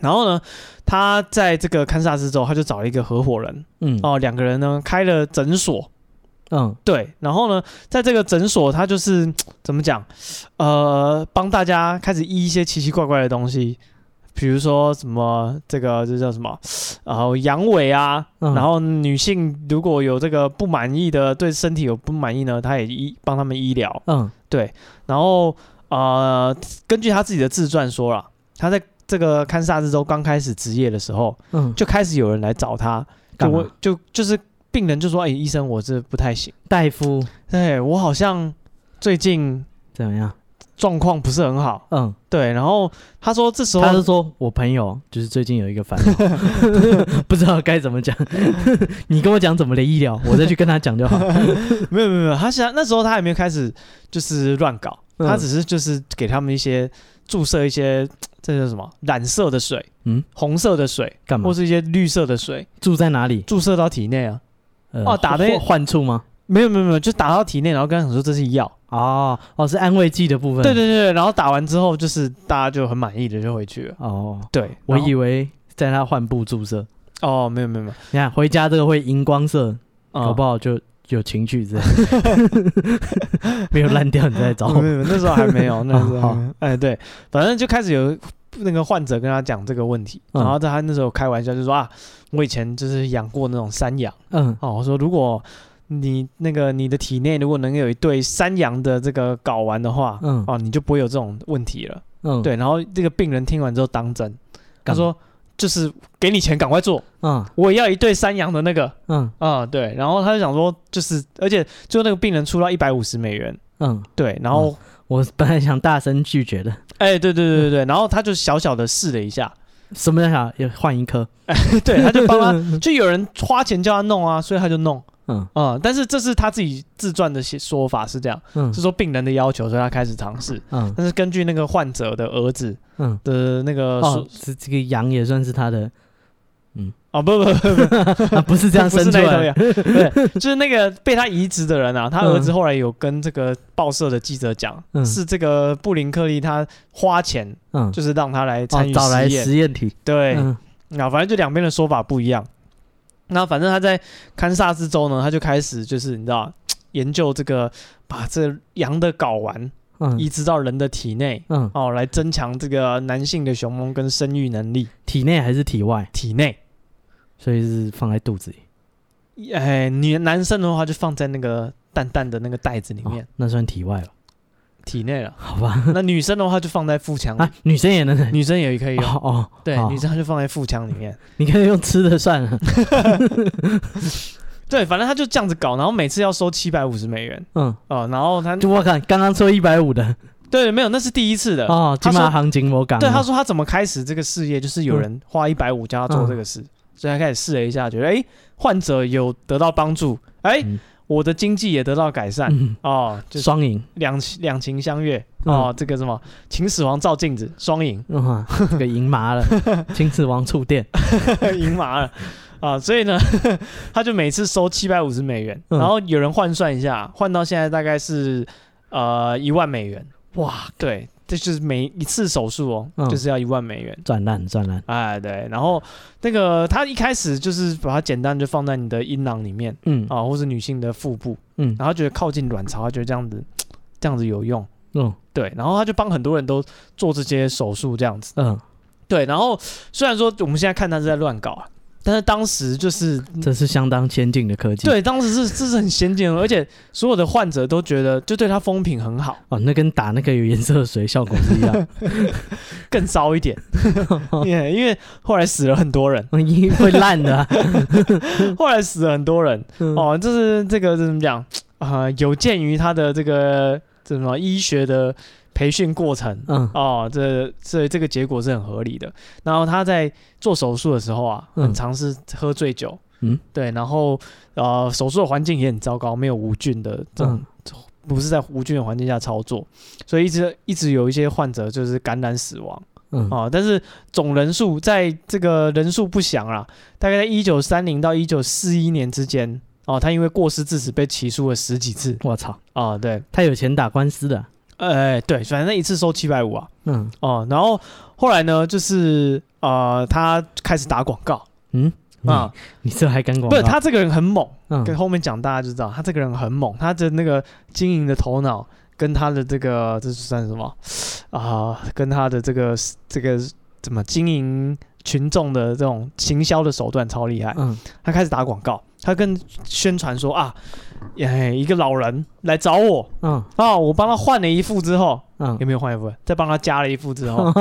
S1: 然后呢，他在这个堪萨斯州，他就找了一个合伙人
S2: 嗯，
S1: 哦，两个人呢开了诊所。
S2: 嗯，
S1: 对，然后呢，在这个诊所，他就是怎么讲，呃，帮大家开始医一些奇奇怪怪的东西，比如说什么这个这叫什么， 然后阳痿啊，
S2: 嗯
S1: 然后女性如果有这个不满意的，对身体有不满意呢，他也医帮他们医疗。
S2: 嗯，
S1: 然后呃，根据他自己的自传说了，他在这个堪萨斯州刚开始职业的时候，
S2: 嗯，
S1: 就开始有人来找他，就
S2: 干嘛
S1: 我就就是病人就说：“哎、医生，我这不太行，
S2: 大夫
S1: 对哎我好像最近
S2: 怎么样？
S1: 状况不是很好。
S2: 嗯，”
S1: 对，然后他说这时候
S2: 他是说我朋友就是最近有一个烦 恼，不知道该怎么讲，你跟我讲怎么的医疗，我再去跟他讲就好。
S1: 没有没有没有，他现在那时候他还没有开始就是乱搞，
S2: 嗯
S1: 他只是就是给他们一些注射一些这叫什么染色的水，
S2: 嗯，
S1: 红色的水，
S2: 干嘛
S1: 或？是一些绿色的水，
S2: 住在哪里？
S1: 注射到体内啊。
S2: 呃
S1: 哦打的
S2: 患患处吗？
S1: 没有没有没有，就打到体内，然后跟他讲说这是药。
S2: 哦哦，是安慰剂的部分。
S1: 对对对，对然后打完之后就是大家就很满意的就回去了。
S2: 哦，
S1: 对，
S2: 我
S1: 然后
S2: 以为在他患部注射。
S1: 哦，没有没有没有，
S2: 你看回家这个会荧光色，搞不
S1: 好？
S2: 好就有情趣之类 的，没有烂掉你再找
S1: 没
S2: 我。
S1: 有没有，那时候还没 有，那时候还没
S2: 哦
S1: 有哎对，反正就开始有那个患者跟他讲这个问题，
S2: 嗯
S1: 然后他那时候开玩笑就说啊，我以前就是养过那种山羊。
S2: 嗯，
S1: 哦，我说如果你那个你的体内如果能有一对山羊的这个睾丸的话，
S2: 嗯
S1: 哦，你就不会有这种问题了。
S2: 嗯，
S1: 对，然后这个病人听完之后当真，他
S2: 干嘛，
S1: 说就是给你钱赶快做，
S2: 嗯
S1: 我也要一对山羊的那个。
S2: 嗯
S1: 啊、对，然后他就想说，就是，而且最后那个病人出到一百五十美元，
S2: 嗯，
S1: 对，然后，
S2: 我本来想大声拒绝的，
S1: 哎、对对对对对，
S2: 嗯
S1: 然后他就小小的试了一下，
S2: 什么叫想也换一颗？
S1: 对，他就帮他，就有人花钱叫他弄啊，所以他就弄，
S2: 嗯
S1: 啊、但是这是他自己自传的写说法是这样，
S2: 嗯
S1: 是说病人的要求，所以他开始尝试。
S2: 嗯
S1: 但是根据那个患者的儿子
S2: 嗯，
S1: 的那个说
S2: 哦，这这个羊也算是 他的，
S1: 啊，不不不不，
S2: 啊不 是这样
S1: 不
S2: 生
S1: 是
S2: 出
S1: 那一头
S2: 来
S1: 羊， 对，就是那个被他移植的人啊，他
S2: 嗯
S1: 儿子后来有跟这个报社的记者讲，
S2: 嗯
S1: 是这个布林克利他花钱，
S2: 嗯，
S1: 就是让他来参
S2: 哦
S1: 与
S2: 找来
S1: 实验，
S2: 实验体，
S1: 对，
S2: 嗯
S1: 那、反正就两边的说法不一样。那反正他在堪萨斯州呢，他就开始就是你知道研究这个把这羊的睾丸移
S2: 嗯
S1: 植到人的体内，
S2: 嗯，
S1: 哦，来增强这个男性的雄风跟生育能力。
S2: 体内还是体外，
S1: 体内，
S2: 所以是放在肚子里，
S1: 哎，你男生的话就放在那个淡淡的那个袋子里面，
S2: 哦那算体外了，
S1: 体内了。
S2: 好吧？
S1: 那女生的话就放在腹腔里，
S2: 啊，女生也能
S1: 哦女生也可以用。
S2: 哦哦，
S1: 对，
S2: 好
S1: 女生她就放在腹腔里面。
S2: 你可以用吃的算了，
S1: 对，反正他就这样子搞，然后每次要收七百五十美元
S2: 嗯，
S1: 哦。然后他
S2: 就我看刚刚说一百五的，
S1: 对没有，那是第一次的。
S2: 哦，
S1: 呃他
S2: 金
S1: 说
S2: 马行情我哦讲
S1: 对，
S2: 了，
S1: 他说他怎么开始这个事业，就是
S2: 嗯
S1: 有人花一百五叫他做这个事，所以他开始试了一下，觉得哎、诶患者有得到帮助，哎、
S2: 嗯
S1: 我的经济也得到改善、
S2: 嗯
S1: 哦，就是
S2: 双赢，嗯
S1: 两两情相悦哦，这个什么秦始皇照镜子双 赢
S2: 哇，这个赢 麻了，秦始皇触电，
S1: 赢麻了啊，所以呢， 他就每次收七百五十美元，
S2: 嗯
S1: 然后有人换算一下，换到现在大概是呃一万美元，
S2: 哇，
S1: 对，这就是每一次手术哦，
S2: 嗯
S1: 就是要一万美元。
S2: 赚烂赚烂，
S1: 哎，对，然后那个他一开始就是把它简单就放在你的阴囊里面
S2: 嗯
S1: 啊，或是女性的腹部，
S2: 嗯
S1: 然后觉得靠近卵巢，他觉得这样子这样子有用，
S2: 嗯
S1: 对，然后他就帮很多人都做这些手术这样子，
S2: 嗯，
S1: 对，然后虽然说我们现在看他是在乱搞啊，但是当时就是
S2: 这是相当先进的科技，，
S1: 对，当时是这是很先进的，而且所有的患者都觉得就对他风评很好，
S2: 哦，那跟打那个有颜色的水效果是一 样，
S1: 更糟一点， 因为因为后来死了很多人，
S2: 嗯一会烂的 啊，
S1: 后来死了很多人。
S2: 嗯
S1: 哦，这是这个怎么讲啊、有鉴于他的这个这什么医学的培训过程
S2: 嗯
S1: 哦，这所以这个结果是很合理的。然后他在做手术的时候啊，很
S2: 嗯
S1: 尝试喝醉酒，
S2: 嗯，
S1: 对，然后呃，手术的环境也很糟糕，没有无菌的这种。
S2: 嗯
S1: 不是在无菌的环境下操作，所以一直一直有一些患者就是感染死亡
S2: 嗯，
S1: 啊、但是总人数在这个人数不详啦，大概在一九三零到一九四一年之间哦，他因为过失致死被起诉了十几次
S2: 我操，
S1: 啊、对，
S2: 他有钱打官司的，
S1: 呃，对，反正一次收七百五啊，
S2: 嗯
S1: 哦、然后后来呢，就是呃，他开始打广告
S2: 嗯
S1: 啊
S2: 啊，，你这还敢广
S1: 不
S2: 告
S1: 是他这个人很猛，
S2: 嗯
S1: 跟后面讲大家就知道他这个人很猛，他的那个经营的头脑跟他的这个这是算什么啊、跟他的这个这个怎么经营群众的这种行销的手段超厉害。
S2: 嗯
S1: 他开始打广告，他跟宣传说啊，哎，一个老人来找我
S2: 嗯
S1: 啊，我帮他换了一副之后，
S2: 嗯哦
S1: 有没有换一副？再帮他加了一副之 后，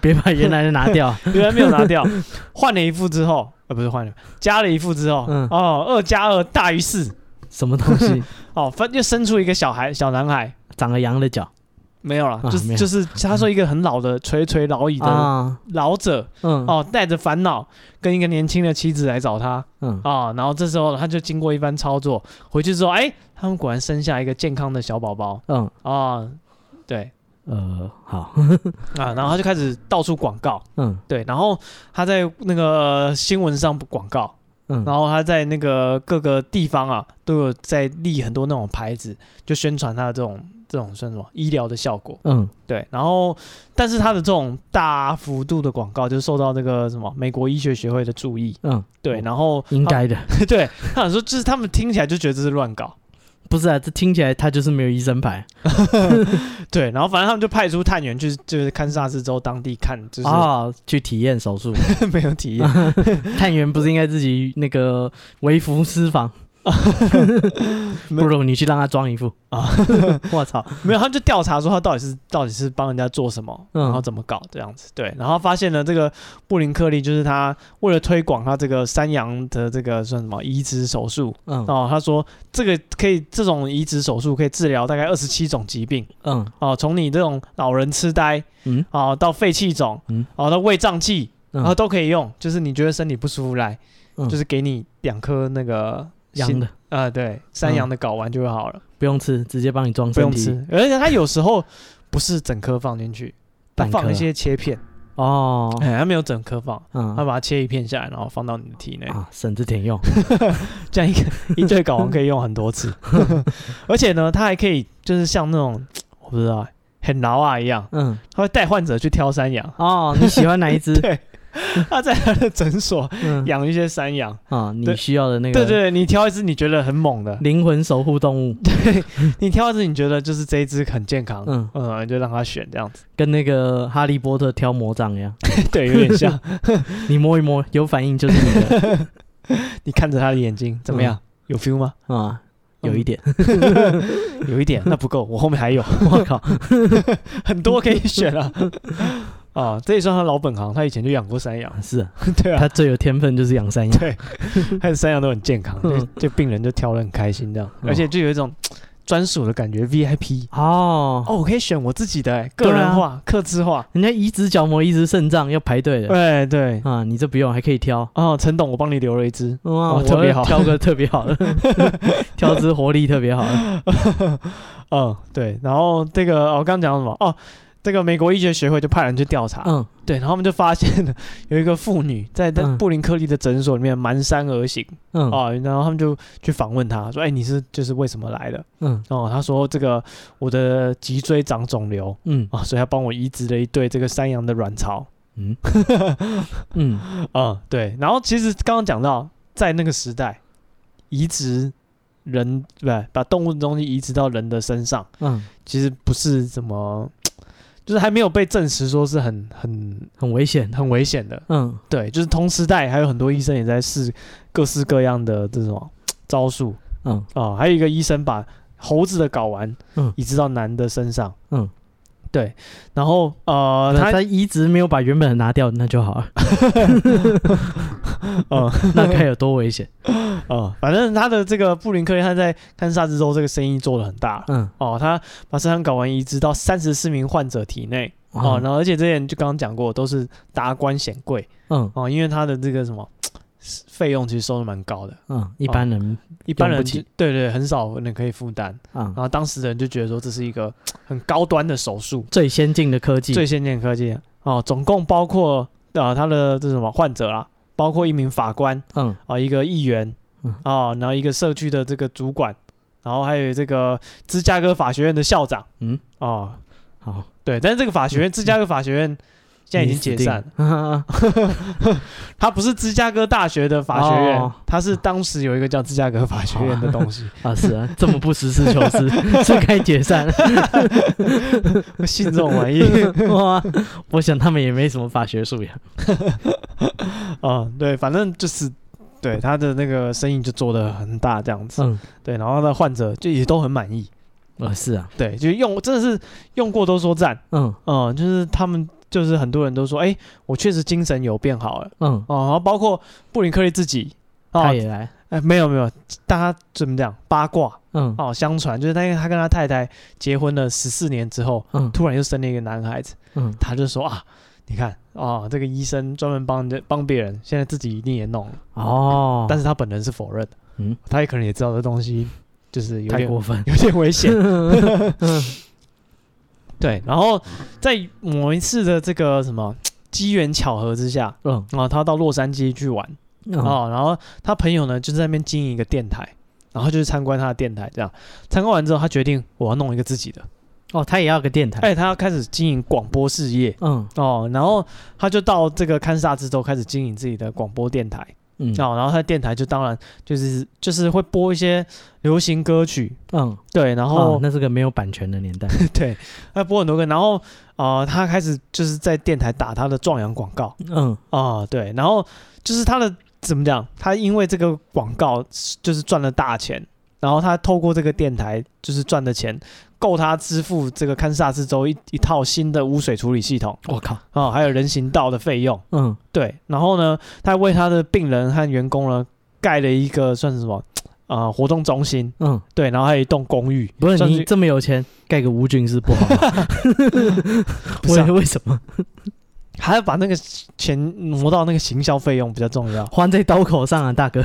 S2: 别把原来的拿掉，
S1: 原来没有拿掉，换了一副之后，呃，不是换了，加了一副之后，
S2: 嗯
S1: 哦，二加二大于四，
S2: 什么东西
S1: 哦，反正就生出一个小孩，小男孩。
S2: 长了羊的脚
S1: 没有啦，
S2: 啊
S1: 就
S2: 没
S1: 是
S2: 有
S1: 就是他说一个很老的垂垂老矣的
S2: 啊，
S1: 老者、
S2: 嗯
S1: 哦，带着烦恼跟一个年轻的妻子来找他
S2: 嗯
S1: 啊、然后这时候他就经过一番操作，回去之后，哎，他们果然生下一个健康的小宝宝
S2: 嗯。
S1: 啊、对，
S2: 呃，好，
S1: 啊，然后他就开始到处广告，
S2: 嗯
S1: 对，然后他在那个新闻上广告，
S2: 嗯，
S1: 然后他在那个各个地方啊，都有在立很多那种牌子，就宣传他的这种这种算什么医疗的效果。
S2: 嗯
S1: 对，然后但是他的这种大幅度的广告，就受到这个什么美国医学学会的注意。
S2: 嗯，
S1: 对，然 后
S2: 应该的，
S1: 他对他想说，就是他们听起来就觉得这是乱搞。
S2: 不是啊，这听起来他就是没有医生牌
S1: 对，然后反正他们就派出探员去，就是堪萨斯州当地看，就是、
S2: 啊，去体验手术。
S1: 没有体验。
S2: 探员不是应该自己那个微服私访？
S1: 没有
S2: 不如你去让他装一副
S1: 啊
S2: 啊！ 我操，
S1: 没有，他们就调查说他到底是到底是帮人家做什么，
S2: 嗯
S1: 然后怎么搞这样子。对，然后发现了这个布林克利就是他为了推广他这个山羊的这个算什么移植手术
S2: 嗯
S1: 哦，他说这个可以这种移植手术可以治疗大概二十七种疾病
S2: 嗯
S1: 哦，从你这种老人痴呆
S2: 嗯
S1: 哦到肺气肿
S2: 嗯
S1: 哦到胃胀气然后
S2: 嗯，
S1: 都可以用，就是你觉得身体不舒服来，
S2: 嗯
S1: 就是给你两颗那个
S2: 羊
S1: 新
S2: 的
S1: 啊对山羊的睾丸就会好了。
S2: 不用吃，直接帮你装
S1: 不
S2: 身
S1: 用
S2: 体
S1: 吃，而且它有时候不是整颗放进去，它
S2: 半颗啊
S1: 放一些切片，
S2: 哦。
S1: 哎，它没有整颗放，它
S2: 嗯
S1: 把它切一片下来，然后放到你的体内，
S2: 啊，省着点用。
S1: 这样一个一对睾丸可以用很多 次，而且呢，它还可以就是像那种我不知道很劳啊一样，
S2: 嗯
S1: 它会带患者去挑山羊，？
S2: 哦，你喜欢哪一只
S1: 对，它在它的诊所
S2: 嗯
S1: 养一些山羊，
S2: 啊，你
S1: 对
S2: 需要的那
S1: 对
S2: 个
S1: 对，你挑一只你觉得很猛的，
S2: 灵魂守护动物，
S1: 你挑一只你觉得就是这一只很健康，
S2: 嗯
S1: 嗯，你就让它选这样子，
S2: 跟那个哈利波特挑魔杖一样，
S1: 对，有点像，
S2: 你摸一摸，有反应就是你的
S1: 你看着它的眼睛怎么样？有 feel 吗？
S2: 啊，有一点。
S1: 有一点，那不够，我后面 还有
S2: 我靠，
S1: 很多可以选 啊。啊，这也算他老本行，他以前就养过山 羊，
S2: 是啊
S1: 对啊
S2: 他，最有天分就是养山羊。
S1: 对，他的山羊都很健康，就
S2: 嗯
S1: 就病人就挑得很开心这样，
S2: 嗯
S1: 而且就有一种专属的感觉，VIP。
S2: 哦，
S1: 哦，我可以选我自己的、欸个人化、客制化。
S2: 人家移植角膜、移植肾脏要排队的
S1: 对对，
S2: 啊，你这不用，还可以挑。
S1: 哦，陈董，我帮你留了一只。
S2: 哇，
S1: 哦
S2: 我
S1: 特别好
S2: 要挑个特别好的， 挑只活力特别好 的。
S1: 嗯，对，然后这个哦我刚刚讲到什么？哦，这个美国医学学会就派人去调查，
S2: 嗯，
S1: 对，然后他们就发现了有一个妇女在在
S2: 嗯
S1: 布林克利的诊所里面蹒跚而行。
S2: 嗯
S1: 啊、然后他们就去访问他，说：“哎、你是就是为什么来的
S2: 嗯？”
S1: 哦，他说：“这个我的脊椎长肿瘤
S2: 嗯
S1: 啊、所以他帮我移植了一对这个山羊的卵巢。
S2: 嗯嗯，”
S1: 啊，对。然后其实刚刚讲到，在那个时代，移植人对吧，把动物的东西移植到人的身上，
S2: 嗯，
S1: 其实不是什么，就是还没有被证实说是很很
S2: 很危险。
S1: 很危险的。
S2: 嗯
S1: 对，就是同时代还有很多医生也在试各式各样的这种招数。
S2: 嗯
S1: 哦，还有一个医生把猴子的睾丸，
S2: 嗯
S1: 移植到男的身上，
S2: 嗯，
S1: 对，然后呃，
S2: 那
S1: 他
S2: 他移植没有把原本的拿掉，那就好了。
S1: 哦
S2: 那该有多危险？
S1: 呃，反正他的这个布林克利他在堪萨斯州这个生意做的很大。
S2: 嗯
S1: 哦，他把身上睾丸移植到三十四名患者体内
S2: 嗯
S1: 哦，然后而且这些人就刚刚讲过，都是达官显贵
S2: 嗯
S1: 哦，因为他的这个什么费用其实收的蛮高的，
S2: 嗯，一般人
S1: 一般人
S2: 用不起
S1: 就对对很少人可以负担。
S2: 啊
S1: 然，后当时人就觉得说这是一个很高端的手术，
S2: 最先进的科技。
S1: 最先进的科技哦，总共包括呃他的这什么患者啦，包括一名法官
S2: 嗯
S1: 啊、一个议员
S2: 嗯
S1: 啊、然后一个社区的这个主管，然后还有这个芝加哥法学院的校长
S2: 嗯，
S1: 哦，
S2: 好，
S1: 对，但是这个法学
S2: 嗯
S1: 院，芝加哥法学院现在已经解散了，
S2: 了。
S1: 它不是芝加哥大学的法学院，
S2: 哦
S1: 它是当时有一个叫芝加哥法学院的东西，
S2: 啊，是啊，这么不实事求是，是该解散了。
S1: 我信这种玩意。
S2: 哇，我想他们也没什么法学素养。
S1: 啊、对，反正就是对他的那个生意就做得很大这样子，
S2: 嗯，
S1: 对，然后他的患者就也都很满意，
S2: 啊，是啊，
S1: 对，就用真的是用过都说赞，
S2: 嗯
S1: 嗯，就是他们就是很多人都说，哎、我确实精神有变好了，
S2: 嗯，
S1: 哦、然后包括布林克利自己，哦，
S2: 他
S1: 哎、
S2: 也来。
S1: 没有没有，大家怎么讲八卦
S2: 嗯
S1: 哦，相传就是他因为他跟他太太结婚了十四年之后，
S2: 嗯
S1: 突然又生了一个男孩子，
S2: 嗯
S1: 他就说啊，你看啊、这个医生专门帮人帮别人，现在自己一定也弄了。
S2: 哦，
S1: 但是他本人是否认的，
S2: 嗯
S1: 他也可能也知 道这东西就是有
S2: 太
S1: 点
S2: 过分。
S1: 有点危险，对，然后在某一次的这个什么机缘巧合之下，
S2: 嗯，
S1: 啊，他到洛杉矶去玩，
S2: 哦，
S1: 哦，然后他朋友呢就在那边经营一个电台，然后就去参观他的电台，这样参观完之后，他决定我要弄一个自己的，
S2: 哦，他也要个电台，
S1: 哎，他要开始经营广播事业
S2: 嗯
S1: 哦，然后他就到这个堪萨斯州开始经营自己的广播电台
S2: 嗯
S1: 哦，然后他的电台就当然就是就是会播一些流行歌曲，
S2: 嗯，
S1: 对，然后、
S2: 哦，那是个没有版权的年代，
S1: 对，他播很多歌，然后啊、呃他开始就是在电台打他的壮阳广告。
S2: 嗯
S1: 啊、对，然后就是他的怎么讲？他因为这个广告就是赚了大钱，然后他透过这个电台就是赚的钱，够他支付这个堪萨斯州一一套新的污水处理系统
S2: 我靠，
S1: 啊、还有人行道的费用。
S2: 嗯
S1: 对，然后呢，他还为他的病人和员工呢盖了一个算是什么啊、呃活动中心？
S2: 嗯，
S1: 对，然后还有一栋公寓。
S2: 不是
S1: 算
S2: 你这么有钱，盖个无菌室不好 吗？
S1: 不是啊
S2: 为为什么
S1: 还要把那个钱挪到那个行销费用比较重 要。
S2: 还在刀口上啊，大哥？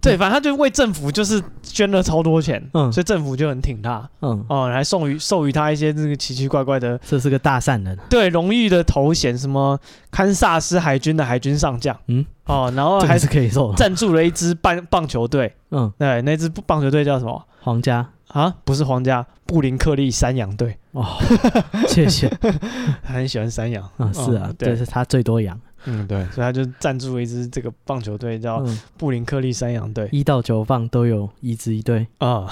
S1: 对，反正他就为政府就是捐了超多钱，
S2: 嗯
S1: 所以政府就很挺他。
S2: 嗯，
S1: 哦，还授予授予他一些这个奇奇怪怪的
S2: 这是个大善人，
S1: 对荣誉的头衔，什么堪萨斯海军的海军上将，
S2: 嗯，
S1: 哦，然后
S2: 这
S1: 还
S2: 还是可以受的。
S1: 赞助了一支棒棒球队，
S2: 嗯，
S1: 对，那支棒球队叫什么
S2: 皇家
S1: 啊？不是皇家，布林克利山羊队，
S2: 哦，谢谢
S1: 他很喜欢山羊
S2: 啊，是啊
S1: 哦，
S2: 这
S1: 对，
S2: 是他最多养，
S1: 嗯，对，所以他就赞助了一支这个棒球队叫
S2: 嗯
S1: 布林克利山羊队
S2: 一到九放都有一支一对，
S1: 啊，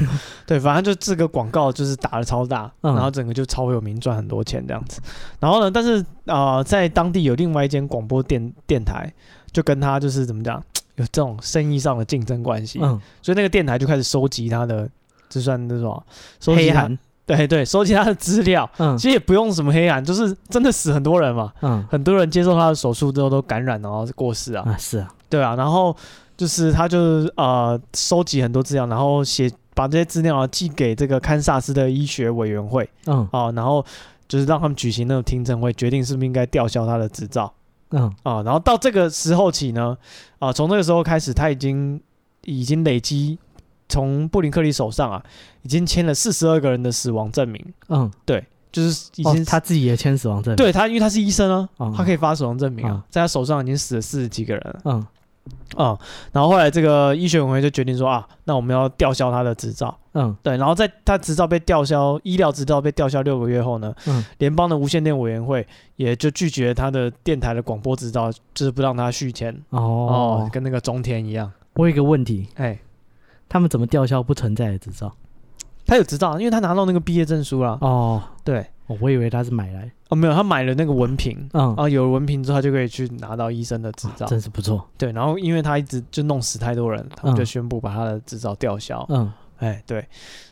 S1: 对，反正就这个广告就是打的超大，
S2: 嗯
S1: 然后整个就超有名，赚很多钱这样子。然后呢，但是啊，呃在当地有另外一间广播电电台，就跟他就是怎么讲，有这种生意上的竞争关系，
S2: 嗯，
S1: 所以那个电台就开始收集他的，就算那什么，收集
S2: 黑
S1: 他，
S2: 函，
S1: 对对，收集他的资料。
S2: 嗯
S1: 其实也不用什么黑暗，就是真的死很多人嘛，
S2: 嗯
S1: 很多人接受他的手术之后都感染，然后过世啊。
S2: 啊，是啊，
S1: 对啊，然后就是他就是呃收集很多资料，然后写把这些资料啊寄给这个堪萨斯的医学委员会
S2: 嗯
S1: 啊、然后就是让他们举行那种听证会，决定是不是应该吊销他的执照
S2: 嗯
S1: 啊、然后到这个时候起呢，啊、从那个时候开始，他已经已经累积从布林克利手上啊，已经签了四十二个人的死亡证明，
S2: 嗯，
S1: 就是已
S2: 哦
S1: 经、
S2: 他自己也签死亡证，，
S1: 对他，因为他是医生啊，
S2: 哦
S1: 他可以发死亡证明啊，
S2: 哦
S1: 在他手上已经死了四十几个人了。
S2: 嗯
S1: 啊、然后后来这个医学委员会就决定说啊，那我们要吊销他的执照。
S2: 嗯
S1: 对，然后在他执照被吊销，医疗执照被吊销六个月后呢，
S2: 嗯
S1: 联邦的无线电委员会也就拒绝他的电台的广播执照，就是不让他续签。哦，
S2: 哦，
S1: 跟那个中天一样。
S2: 我有一个问题，
S1: 哎，
S2: 他们怎么吊销不存在的执照？
S1: 他有执照，因为他拿到那个毕业证书啦。
S2: 哦，
S1: 对，
S2: 哦我以为他是买来，
S1: 哦，没有，他买了那个文凭。
S2: 嗯
S1: 啊，有了文凭之后，他就可以去拿到医生的执照。
S2: 真是不错，
S1: 对，然后因为他一直就弄死太多人，他们
S2: 嗯
S1: 就宣布把他的执照吊销。
S2: 嗯
S1: 哎，对，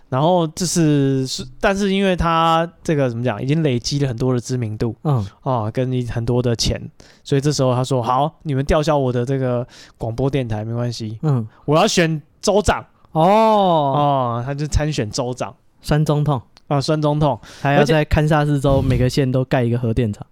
S1: 然后这是是，但是因为他这个怎么讲，已经累积了很多的知名度
S2: 嗯
S1: 啊，跟你很多的钱，所以这时候他说：“好，你们吊销我的这个广播电台没关系，
S2: 嗯，
S1: 我要选州长
S2: 哦，
S1: 哦。”他就参选州长
S2: 酸中痛，
S1: 啊，酸总统，
S2: 还要
S1: 而且
S2: 在堪萨斯州每个县都盖一个核电厂，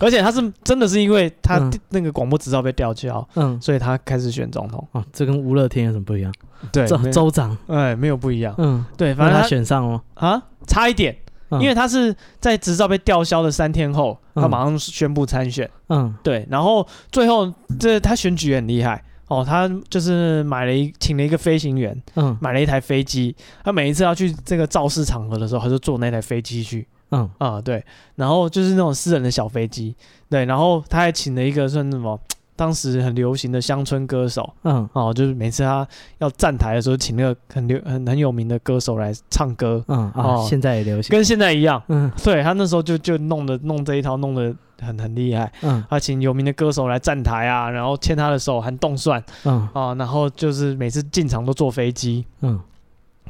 S1: 而且他是真的是因为他
S2: 嗯
S1: 那个广播执照被吊销，
S2: 嗯，
S1: 所以他开始选总统。
S2: 哦，这跟吴乐天有什么不一样？
S1: 对，
S2: 州
S1: 没
S2: 州长，
S1: 哎没有不一样，
S2: 嗯，
S1: 对，
S2: 让
S1: 反
S2: 他
S1: 正
S2: 选上哦，
S1: 他啊差一点，
S2: 嗯
S1: 因为他是在执照被吊销的三天后，他
S2: 嗯
S1: 马上宣布参选。
S2: 嗯
S1: 对，然后最后这他选举也很厉害哦，他就是买了一请了一个飞行员，
S2: 嗯
S1: 买了一台飞机，他每一次要去这个造势场合的时候，他就坐那台飞机去
S2: 嗯
S1: 啊、对，然后就是那种私人的小飞机，对，然后他还请了一个算什么，当时很流行的乡村歌手。
S2: 嗯
S1: 哦，就是每次他要站台的时候，请那个很流很很有名的歌手来唱歌，
S2: 嗯啊
S1: 哦，
S2: 现在也流行，
S1: 跟现在一样。
S2: 嗯
S1: 对他那时候就就弄的弄这一套弄得很很厉害，
S2: 嗯
S1: 他请有名的歌手来站台啊，然后牵他的手，喊动算
S2: 嗯
S1: 啊，然后就是每次进场都坐飞机
S2: 嗯，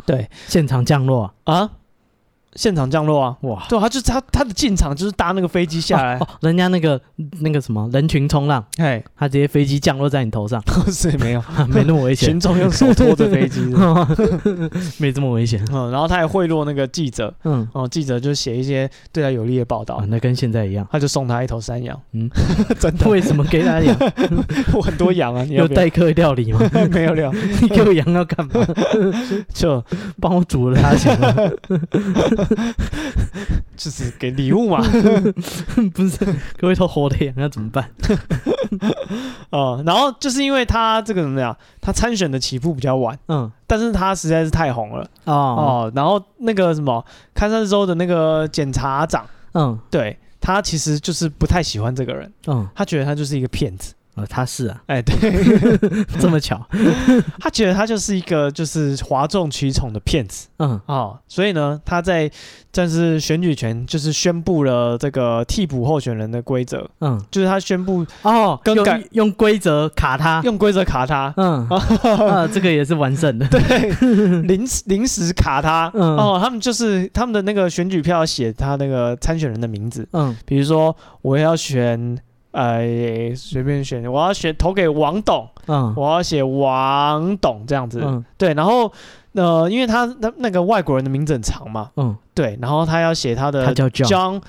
S1: 对，
S2: 现场降落啊，
S1: 啊，现场降落啊，
S2: 哇，
S1: 对，他就他他的进场就是搭那个飞机下 来
S2: 哦，，哦人家那个那个什么人群冲浪，
S1: 哎，
S2: 他直接飞机降落在你头上，
S1: 是没有，
S2: 没那么危险
S1: 群，众用手托着飞机的，
S2: 没这么危险。
S1: 嗯，然后他还贿赂那个记者，
S2: 嗯，
S1: 哦，记者就写一些对他有利的报道
S2: 啊，，那跟现在一样。
S1: 他就送他一头山羊，
S2: 嗯，
S1: 真的，
S2: 为什么给 他养？
S1: 我很多羊啊，你
S2: 有
S1: 要不要？
S2: 代客料 理吗？
S1: 没有料，
S2: 你给我羊要干嘛？
S1: 就
S2: 帮我煮了他行吗？
S1: 就是给礼物 嘛，
S2: 不是， 各位都活的痒，那怎么办？
S1: 哦，然后就是因为他这个怎么样，他参选的起步比较晚，
S2: 嗯，
S1: 但是他实在是太红了
S2: 哦，
S1: 哦，然后那个什么堪山州的那个检察长，
S2: 嗯
S1: 对他其实就是不太喜欢这个人，
S2: 嗯，
S1: 他觉得他就是一个骗子，
S2: 啊，他是啊，
S1: 哎，对
S2: 这么巧，
S1: 他觉得他就是一个就是哗众取宠的骗子。
S2: 嗯
S1: 哦，所以呢，他在正式选举前就是宣布了这个替补候选人的规则，
S2: 嗯，
S1: 就是他宣布
S2: 哦，
S1: 更
S2: 用
S1: 改
S2: 用规则卡他，
S1: 用规则卡他，
S2: 嗯，啊， 这个也是完胜的，
S1: 对， 临时临时卡他。
S2: 嗯
S1: 哦，他们就是他们的那个选举票写他那个参选人的名字，
S2: 嗯
S1: 比如说我要选。呃，随便选，我要选投给王董，
S2: 嗯
S1: 我要写王董这样子，
S2: 嗯
S1: 对，然后呃，因为他他那个外国人的名字很长嘛，
S2: 嗯，
S1: 对，然后他要写他的
S2: 他叫呃 John，
S1: John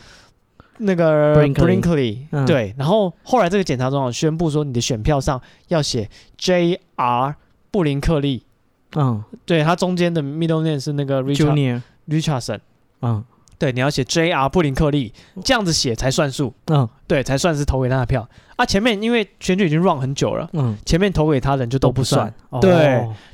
S1: 那个
S2: Brinkley
S1: Brinkley，、
S2: 嗯
S1: 对，然后后来这个检察长宣布说，你的选票上要写 J.R. 布林克利，
S2: 嗯
S1: 对，他中间的 middle name 是那个 Richard
S2: ，Junior，
S1: Richardson，
S2: 嗯
S1: 对，你要写 J.R. 布林克利，这样子写才算数，
S2: 嗯
S1: 对，才算是投给他的票啊。前面因为选举已经 run 很久了，
S2: 嗯，哦
S1: 前面投给他的人就都不算，，哦对
S2: 对，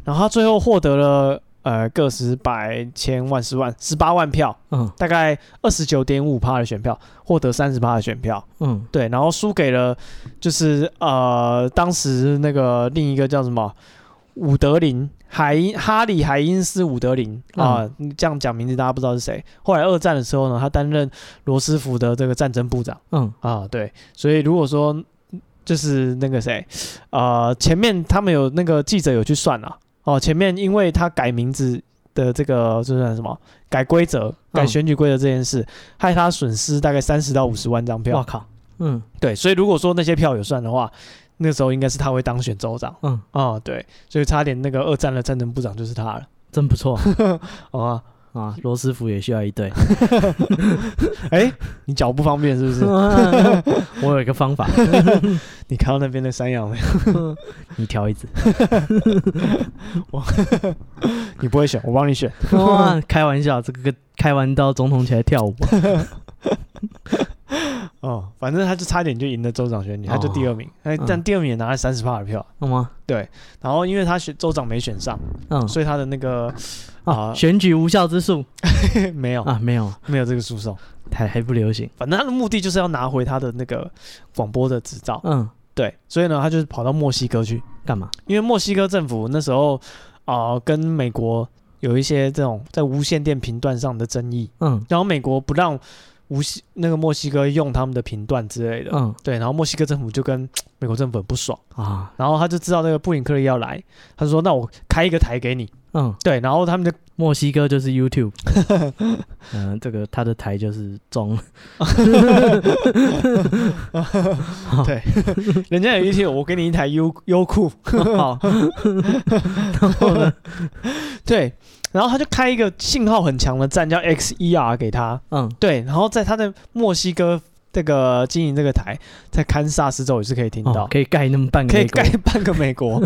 S1: 然后他最后获得了呃个十百千万十万十八万票，
S2: 嗯
S1: 大概二十九点五趴的选票，获得三十趴的选票。
S2: 嗯
S1: 对，然后输给了就是呃，当时那个另一个叫什么伍德林海因哈里海因斯伍德林啊、
S2: 嗯
S1: 这样讲名字大家不知道是谁。后来二战的时候呢，他担任罗斯福的这个战争部长
S2: 嗯
S1: 啊，对，所以如果说就是那个谁，呃，前面他们有那个记者有去算啊，哦，前面因为他改名字。的这个这算什么？改规则、改
S2: 嗯
S1: 选举规则这件事，害他损失大概三十到五十万张票。
S2: 我靠，嗯
S1: 对，所以如果说那些票有算的话，那时候应该是他会当选州长
S2: 嗯，
S1: 哦，对，所以差点那个二战的战争部长就是他了，
S2: 真不 错
S1: 好、哦、吗？
S2: 啊，罗斯福也需要一 对，
S1: 哎，你脚不方便是不是？
S2: 我有一个方法，
S1: 你看到那边的山羊没有？
S2: 你挑一只，
S1: 你不会选，我帮你选。
S2: 哇，开玩笑，这个开完刀总统起来跳舞，
S1: 哦，反正他就差点就赢了州长选举，他就
S2: 哦
S1: 第二名，哎、但第二名也拿了三十趴的票。
S2: 好吗？
S1: 然后因为他选州长没选上，
S2: 嗯，
S1: 所以他的那个啊、
S2: 选举无效之术
S1: 没有、
S2: 啊，没有，
S1: 没有这个诉讼，
S2: 还还不流行。
S1: 反正他的目的就是要拿回他的那个广播的执照。
S2: 嗯，
S1: 对，所以呢，他就是跑到墨西哥去。
S2: 干嘛？
S1: 因为墨西哥政府那时候啊、呃跟美国有一些这种在无线电频段上的争议，
S2: 嗯
S1: 然后美国不让无锡那个墨西哥用他们的频段之类的，
S2: 嗯
S1: 对，然后墨西哥政府就跟美国政府很不爽，
S2: 啊
S1: 然后他就知道那个布林克利要来，他说那我开一个台给你，
S2: 嗯，
S1: 对，然后他们就
S2: 墨西哥就是 YouTube，嗯、这个他的台就是中，
S1: 人家有一天我给你一台优优 酷，
S2: 好，然后呢？
S1: 对，然后他就开一个信号很强的站叫 XER 给他，
S2: 嗯
S1: 对，然后在他的墨西哥这个经营这个台，在堪萨斯州也是可以听到。
S2: 哦，可以盖那么半个
S1: 可以
S2: 美国
S1: 盖，半个美国。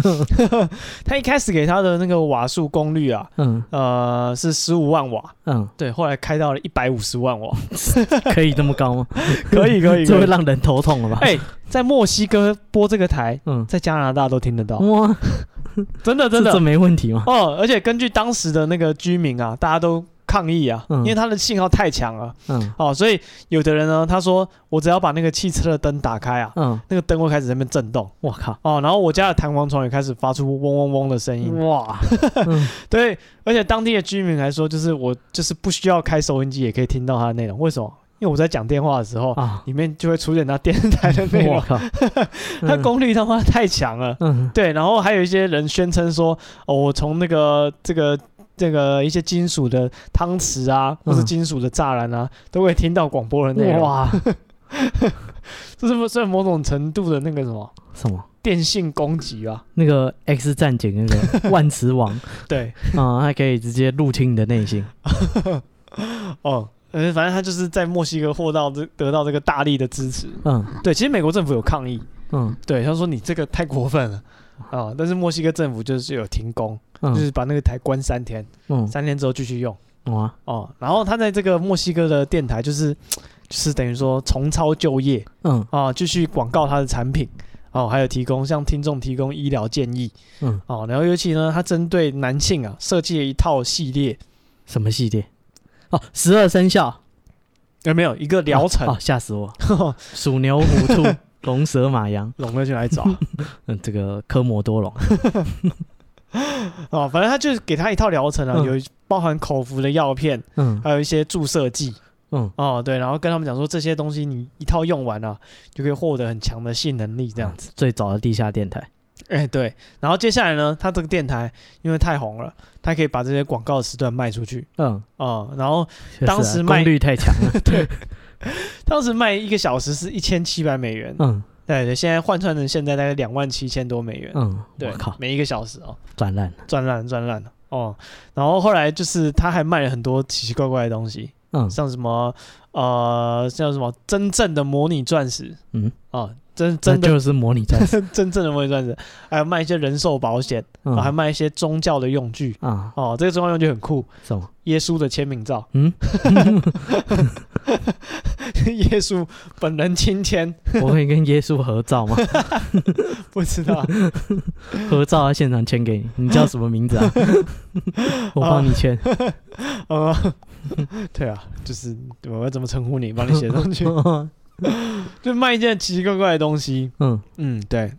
S1: 他一开始给他的那个瓦数功率啊，
S2: 嗯
S1: 呃，是十五万瓦，
S2: 嗯，
S1: 对，后来开到了一百五十万 瓦，
S2: 可以这么 高吗？
S1: 可以可以
S2: 这
S1: 可
S2: 会
S1: 以。
S2: 让人头痛了吧？
S1: 哎、在墨西哥播这个台，
S2: 嗯，
S1: 在加拿大都听得到，
S2: 哇，
S1: 真的真
S2: 嗯这这
S1: 的
S2: 没问题吗？
S1: 哦。而且根据当时的那个居民啊，大家都抗议啊，
S2: 嗯
S1: 因为他的信号太强了
S2: 嗯
S1: 哦，所以有的人呢，他说我只要把那个汽车的灯打开啊，
S2: 嗯，
S1: 那个灯会开始在那边震动
S2: 我靠，
S1: 哦，然后我家的弹簧床也开始发出嗡嗡嗡的声音，
S2: 哇，嗯
S1: 对，而且当地的居民来说，就是我就是不需要开收音机也可以听到它的内容。为什么？因为我在讲电话的时候，
S2: 啊，
S1: 里面就会出现它电视台的内
S2: 我
S1: 容，
S2: 靠，
S1: 它功率他妈太强了。
S2: 嗯
S1: 对，然后还有一些人宣称说，哦，我从那个这个这个一些金属的汤匙啊，或是
S2: 嗯
S1: 金属的栅栏啊，都会听到广播的内
S2: 嗯，
S1: 容。哇，
S2: 哇，
S1: 这是不是某种程度的那个什么
S2: 什么？
S1: 电信攻击啊？
S2: 那个 X 战警那 个万磁王
S1: 对，
S2: 啊，它可以直接入侵你的内心。
S1: 哦。呃，反正他就是在墨西哥获到这得到这个大力的支持，
S2: 嗯
S1: 对，其实美国政府有抗议，
S2: 嗯
S1: 对，他说你这个太过分了哦啊！但是墨西哥政府就是有停工，就
S2: 嗯
S1: 是把那个台关三天，
S2: 嗯
S1: 三天之后继续用。
S2: 哇、
S1: 哦，然后他在这个墨西哥的电台就是就是等于说重操旧业
S2: 嗯
S1: 啊，继续广告他的产品哦，还有提供向听众提供医疗建议
S2: 嗯，
S1: 哦，然后尤其呢，他针对男性啊设计了一套系列，
S2: 什么系列？哦，十二生肖
S1: 有呃没有一个疗程
S2: 哦，哦吓、死我！ 鼠牛、虎兔、 龙蛇、马羊，
S1: 龙哥就来 找
S2: 嗯，这个科摩多龙，
S1: 哦，反正他就是给他一套疗程啊，
S2: 嗯
S1: 有包含口服的药片，
S2: 嗯
S1: 还有一些注射剂
S2: 嗯，
S1: 哦，对，然后跟他们讲说这些东西你一套用完啊，就可以获得很强的性能力这样子。
S2: 子。最早的地下电台，
S1: 哎、对，然后接下来呢，他这个电台因为太红了，他可以把这些广告时段卖出去
S2: 嗯，
S1: 哦、然后
S2: 确实啊
S1: 当时卖
S2: 功率太强 了，
S1: 当时卖一个小时是一千七百美元，
S2: 嗯
S1: 对对，现在换算成现在大概两万七千多美元，
S2: 嗯，
S1: 对
S2: 我靠，，
S1: 每一个小时哦，
S2: 赚烂了，
S1: 赚烂了赚烂了哦。然后后来就是他还卖了很多奇奇怪怪的东西，
S2: 嗯
S1: 像什么呃，像什么真正的模拟钻石，
S2: 嗯，
S1: 哦，真
S2: 这
S1: 真的
S2: 就是模拟 战士，
S1: 真正的模拟钻石，还有卖一些人寿保险，
S2: 嗯
S1: 哦还卖一些宗教的用具。
S2: 啊，
S1: 哦，这个宗教用具很酷，
S2: 什 么？
S1: 耶稣的签名照，
S2: 嗯，
S1: 耶稣本人亲签，
S2: 我可以跟耶稣合 照吗？
S1: 不知 道。
S2: 合照啊，现场签给你，你叫什么名字 啊？我帮你签。
S1: 呃，对啊，就是我要怎么称呼你，帮你写 上去，
S2: 哦
S1: 就卖一件奇奇怪怪的东西。
S2: 嗯
S1: 嗯，对。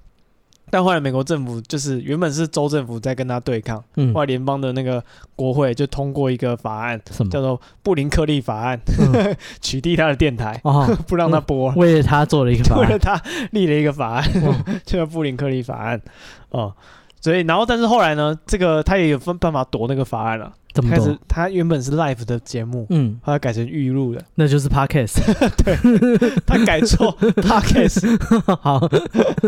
S1: 但后来美国政府就是原本是州政府在跟他对抗，
S2: 嗯
S1: 后，来联邦的那个国会就通过一个法案，
S2: 嗯什么
S1: 叫？做布林克利法案，
S2: 嗯
S1: 取缔他的电 台，
S2: 哦，
S1: 不让他播。
S2: 为哦了他做了一个法
S1: 为了
S2: 案。
S1: 他立了一个法案， 叫做布林克利法案，哦、所以然后但是后来呢，这个他也有分办法躲那个法案了，
S2: 怎么
S1: 开始
S2: 懂？
S1: 他原本是 live 的节目，
S2: 嗯，
S1: 后来改成预录的，
S2: 那就是 podcast。
S1: 他改错 podcast
S2: 好，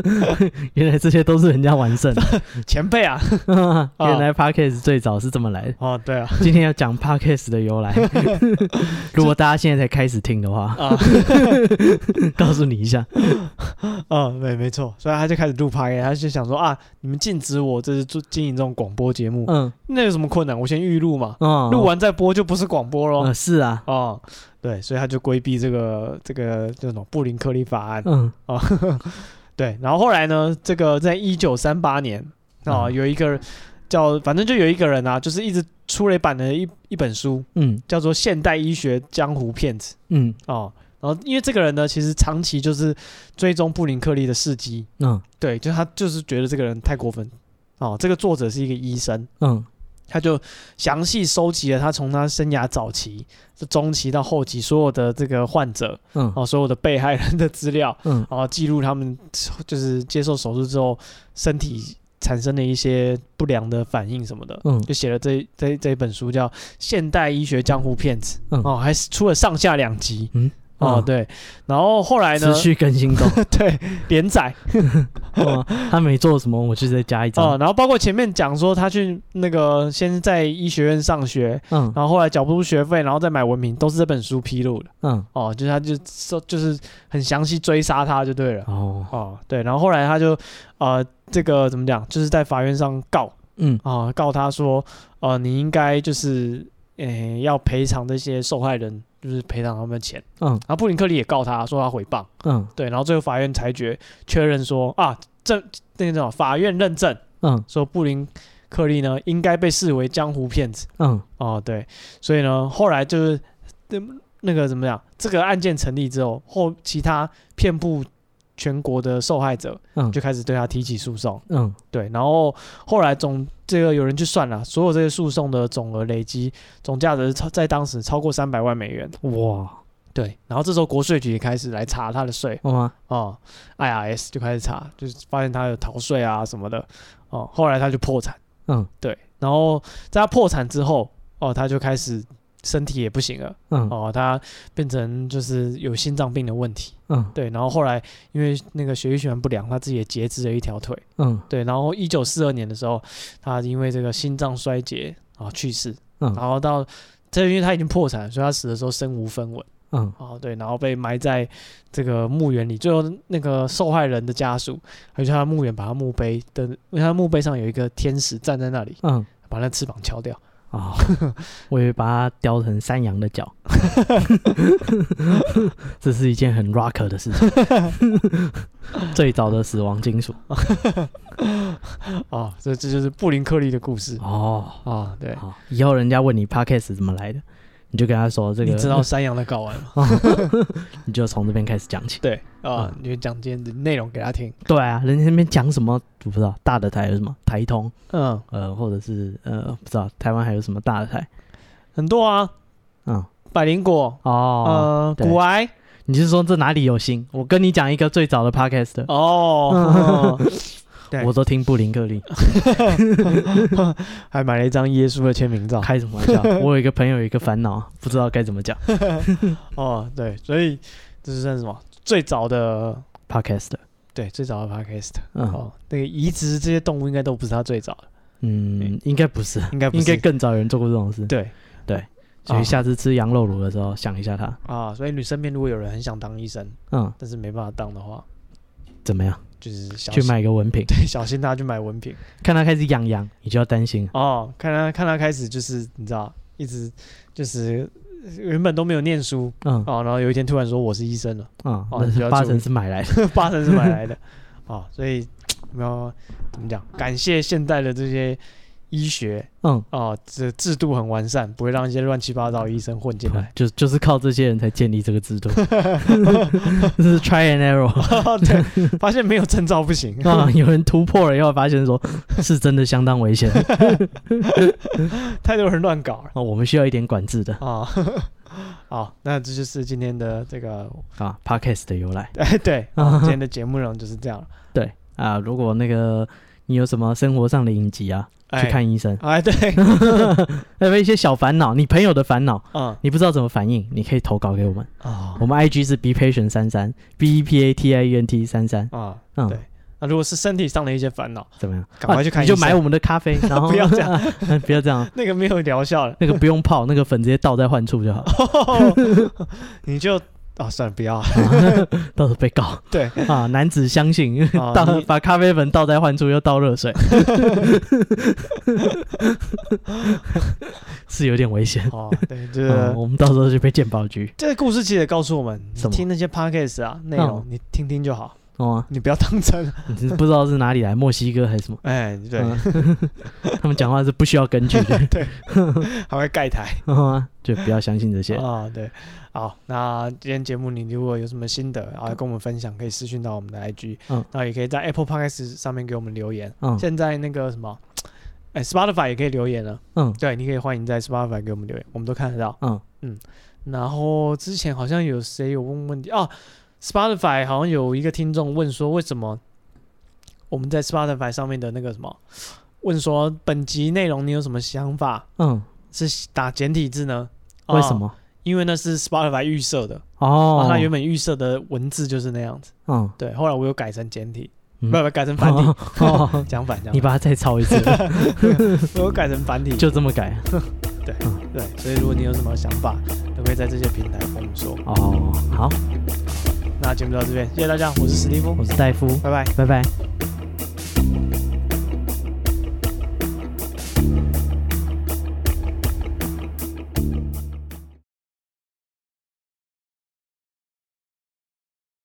S2: 原来这些都是人家完胜的。
S1: 前辈啊，
S2: 原来 podcast 最早是这 么来的。
S1: 哦对啊
S2: 今天要讲 podcast 的 由来，如果大家现在才开始听的话，
S1: 啊
S2: 告诉你一下。
S1: 啊没没错，所以他就开始录 podcast，他就想说啊，你们禁止我这是做经营这种广播节目，
S2: 嗯
S1: 那有什么困难？我先预录嘛，
S2: 哦，
S1: 录完再播就不是广播咯。
S2: 嗯是啊，
S1: 哦，对，所以他就规避这个这个叫什么布林克利法案，
S2: 嗯
S1: 哦， 对，然后后来呢，这个在一九三八年啊、哦
S2: 嗯
S1: 有一个叫，反正就有一个人啊，就是一直出了一版的一一本书，
S2: 嗯
S1: 叫做《现代医学江湖骗子
S2: 嗯》
S1: 哦。然后因为这个人呢，其实长期就是追踪布林克利的事迹，
S2: 嗯
S1: 对，就他就是觉得这个人太过分哦。这个作者是一个医生，
S2: 嗯
S1: 他就详细收集了他从他生涯早期、中期到后期所有的这个患者
S2: 嗯
S1: 哦，所有的被害人的资料，
S2: 嗯
S1: 然后记录他们就是接受手术之后身体产生的一些不良的反应什么的，
S2: 嗯
S1: 就写了这这这一本书叫《现代医学江湖骗子》
S2: 嗯
S1: 哦，还是出了上下两集。
S2: 嗯
S1: 哦，对，然后后来呢
S2: 持？续更新中。
S1: 对，连载
S2: 哦，他没做什么，我就再加一
S1: 哦，
S2: 张。
S1: 然后包括前面讲说他去那个先在医学院上学，
S2: 嗯
S1: 然后后来缴不出学费，然后再买文凭，都是这本书披露的。
S2: 嗯，
S1: 哦，就是他就说就是很详细追杀他就对了。
S2: 哦，
S1: 哦，对，然后后来他就呃，这个怎么讲，就是在法院上告
S2: 嗯
S1: 啊、告他说，呃，你应该就是诶、要赔偿这些受害人，就是赔偿他们钱。
S2: 嗯
S1: 然后布林克利也告他说他诽谤，
S2: 嗯
S1: 对，然后最后法院裁决确认说啊，证那个叫什么，法院认证
S2: 嗯
S1: 说布林克利呢应该被视为江湖骗子。
S2: 嗯
S1: 哦，对，所以呢，后来就是那那个怎么讲，这个案件成立之后，后其他遍布全国的受害者
S2: 嗯
S1: 就开始对他提起诉讼，
S2: 嗯
S1: 对，然后后来总这个有人去算了，所有这些诉讼的总额累积总价值超在当时超过三百万美元，
S2: 哇，
S1: 对，然后这时候国税局也开始来查他的税
S2: 哇，
S1: 哦、，IRS 就开始查，就是发现他有逃税啊什么的，哦，后来他就破产。
S2: 嗯
S1: 对，然后在他破产之后，哦，他就开始身体也不行了，
S2: 嗯
S1: 哦，他变成就是有心脏病的问题，
S2: 嗯
S1: 对，然后后来因为那个血液循环不良，他自己也截肢了一条腿，
S2: 嗯
S1: 对，然后一九四二年的时候，他因为这个心脏衰竭啊、去世，
S2: 嗯
S1: 然后到这因为他已经破产，所以他死的时候身无分文，
S2: 嗯
S1: 哦，对，然后被埋在这个墓园里，最后那个受害人的家属还去他的墓园把他墓碑的，因为他墓碑上有一个天使站在那里。
S2: 嗯，
S1: 把那翅膀敲掉，
S2: 哦， 我以为把它雕成山羊的脚， 这是一件很 rock 的事情。 最早的死亡金属
S1: 哦，这这就是布林克利的故事
S2: 哦，
S1: 啊，对。
S2: 好，以后人家问你 podcast 怎么来的，你就跟他说这个，
S1: 你知道，山羊的睾丸吗？
S2: 你就从这边开始讲起。
S1: 对啊，你就讲今天的内容给他听。
S2: 对啊，人家那边讲什么，我不知道大的台有什么台通，
S1: 嗯，
S2: 呃，或者是呃，不知道台湾还有什么大的台，
S1: 很多啊，
S2: 嗯，
S1: 百灵果，
S2: 哦，
S1: 呃，
S2: 对
S1: 骨癌
S2: 你是说这哪里有心？我跟你讲一个最早的 podcast，的、嗯
S1: 哦，对
S2: 我都听布林克利，
S1: 还买了一张耶稣的签名照。
S2: 开什么 玩笑？我有一个朋友有一个烦恼，不知道该怎么讲
S1: 哦，对，所以这是算什么？最早的
S2: podcast，的
S1: 对，最早的 podcast。
S2: 嗯
S1: 哦，那个移植这些动物应该都不是他最早的，
S2: 嗯，应该不是，
S1: 应该不
S2: 应
S1: 是
S2: 该更早有人做过这种事，
S1: 对
S2: 所
S1: 啊
S2: 以下次吃羊肉炉的时候想一下他，
S1: 啊。所以你身边如果有人很想当医生，
S2: 嗯，
S1: 但是没办法当的话，
S2: 怎么样？
S1: 就是小
S2: 去
S1: 心
S2: 买一个文凭，
S1: 对，小心他去买文凭
S2: 看他开始养羊，你就要担心，
S1: 哦。看他看他开始就是你知道，一直就是原本都没有念书
S2: 嗯
S1: 哦，然后有一天突然说我是医生了，
S2: 嗯，
S1: 哦
S2: 那
S1: 你就要
S2: 是八
S1: 注意
S2: 成是买来的。
S1: 八成是买来的哦，所以我们要怎么讲？感谢现代的这些医学
S2: 嗯，
S1: 哦，这制度很完善，不会让一些乱七八糟的医生混进来。
S2: 就就是靠这些人才建立这个制 度，这是 try and error
S1: 对，发现没有证照不行。
S2: 啊，有人突破了以后发现说是真的相当危险啊、
S1: 太多人乱搞了
S2: 我们需要一点管制的
S1: 啊。好，那这就是今天的这个，
S2: 啊，podcast 的由来
S1: 哎，对，
S2: 啊
S1: 今天的节目内容就是这样了。
S2: 对啊，如果那个你有什么生活上的隐疾啊，
S1: 哎
S2: 去看医生，
S1: 哎，对，
S2: 还有一些小烦恼，你朋友的烦恼，
S1: 嗯，
S2: 你不知道怎么反应，你可以投稿给我们，
S1: 啊
S2: 我们 IG 是 be patient 三三 b e p a t i e n t 三三，
S1: 啊，
S2: 嗯
S1: 对，那如果是身体上的一些烦恼，
S2: 怎么样？
S1: 赶快去看
S2: 啊
S1: 医
S2: 你就
S1: 生
S2: 买我们的咖啡，然后
S1: 不要这样，
S2: 不要这样，
S1: 那个没有疗效 了，
S2: 那个不用泡，那个粉直接倒在患处 就好，
S1: 你就啊，算了，不要啊，
S2: 到时候被告
S1: 对，
S2: 啊！男子相信
S1: 啊
S2: 倒
S1: 你
S2: 把咖啡粉倒在患处，又倒 热水， 是有点危险。
S1: 哦，对，这
S2: 嗯，
S1: 个
S2: 我们到时候就被鉴宝局
S1: 这个故事其实也告诉我们，你
S2: 什么
S1: 听那些 podcast 啊内容，你听听就好，
S2: 哦，
S1: 你不要当真。
S2: 你真是不知道是哪里来，墨西哥还是什么？
S1: 哎，对，
S2: 嗯 他们讲话是不需要根据 的，
S1: 还会盖台。
S2: 嗯就不要相信这些。
S1: 啊、对，好，那今天节目你如果有什么心得啊，跟我们分享，可以私讯到我们的 IG，
S2: 嗯
S1: 那也可以在 Apple Podcast 上面给我们留言。
S2: 嗯
S1: 现在那个什么，哎，Spotify 也可以留言了，
S2: 嗯
S1: 对，你可以欢迎在 Spotify 给我们留言，我们都看得到。
S2: 嗯
S1: 然后之前好像有谁有问问题哦，Spotify 好像有一个听众问说，为什么我们在 Spotify 上面的那个什么，问说本集内容你有什么想法？
S2: 嗯，
S1: 是打简体字呢？啊
S2: 为什么？
S1: 因为那是 Spotify 预设的，
S2: 哦
S1: 哦，，它原本预设的文字就是那样子。
S2: 嗯，
S1: 对，后来我有改成简体，
S2: 嗯
S1: 不不改成 繁体，
S2: 哦
S1: 讲反讲
S2: 你
S1: 反，
S2: 把它再抄一次，
S1: 我有改成繁体。
S2: 就这么改。啊
S1: 对，所以如果你有什么想法，都可以在这些平台跟我们说。
S2: 哦，好，
S1: 那节目到这边，谢谢大家，我是史蒂夫
S2: 我，是戴夫，
S1: 拜拜。
S2: 拜拜。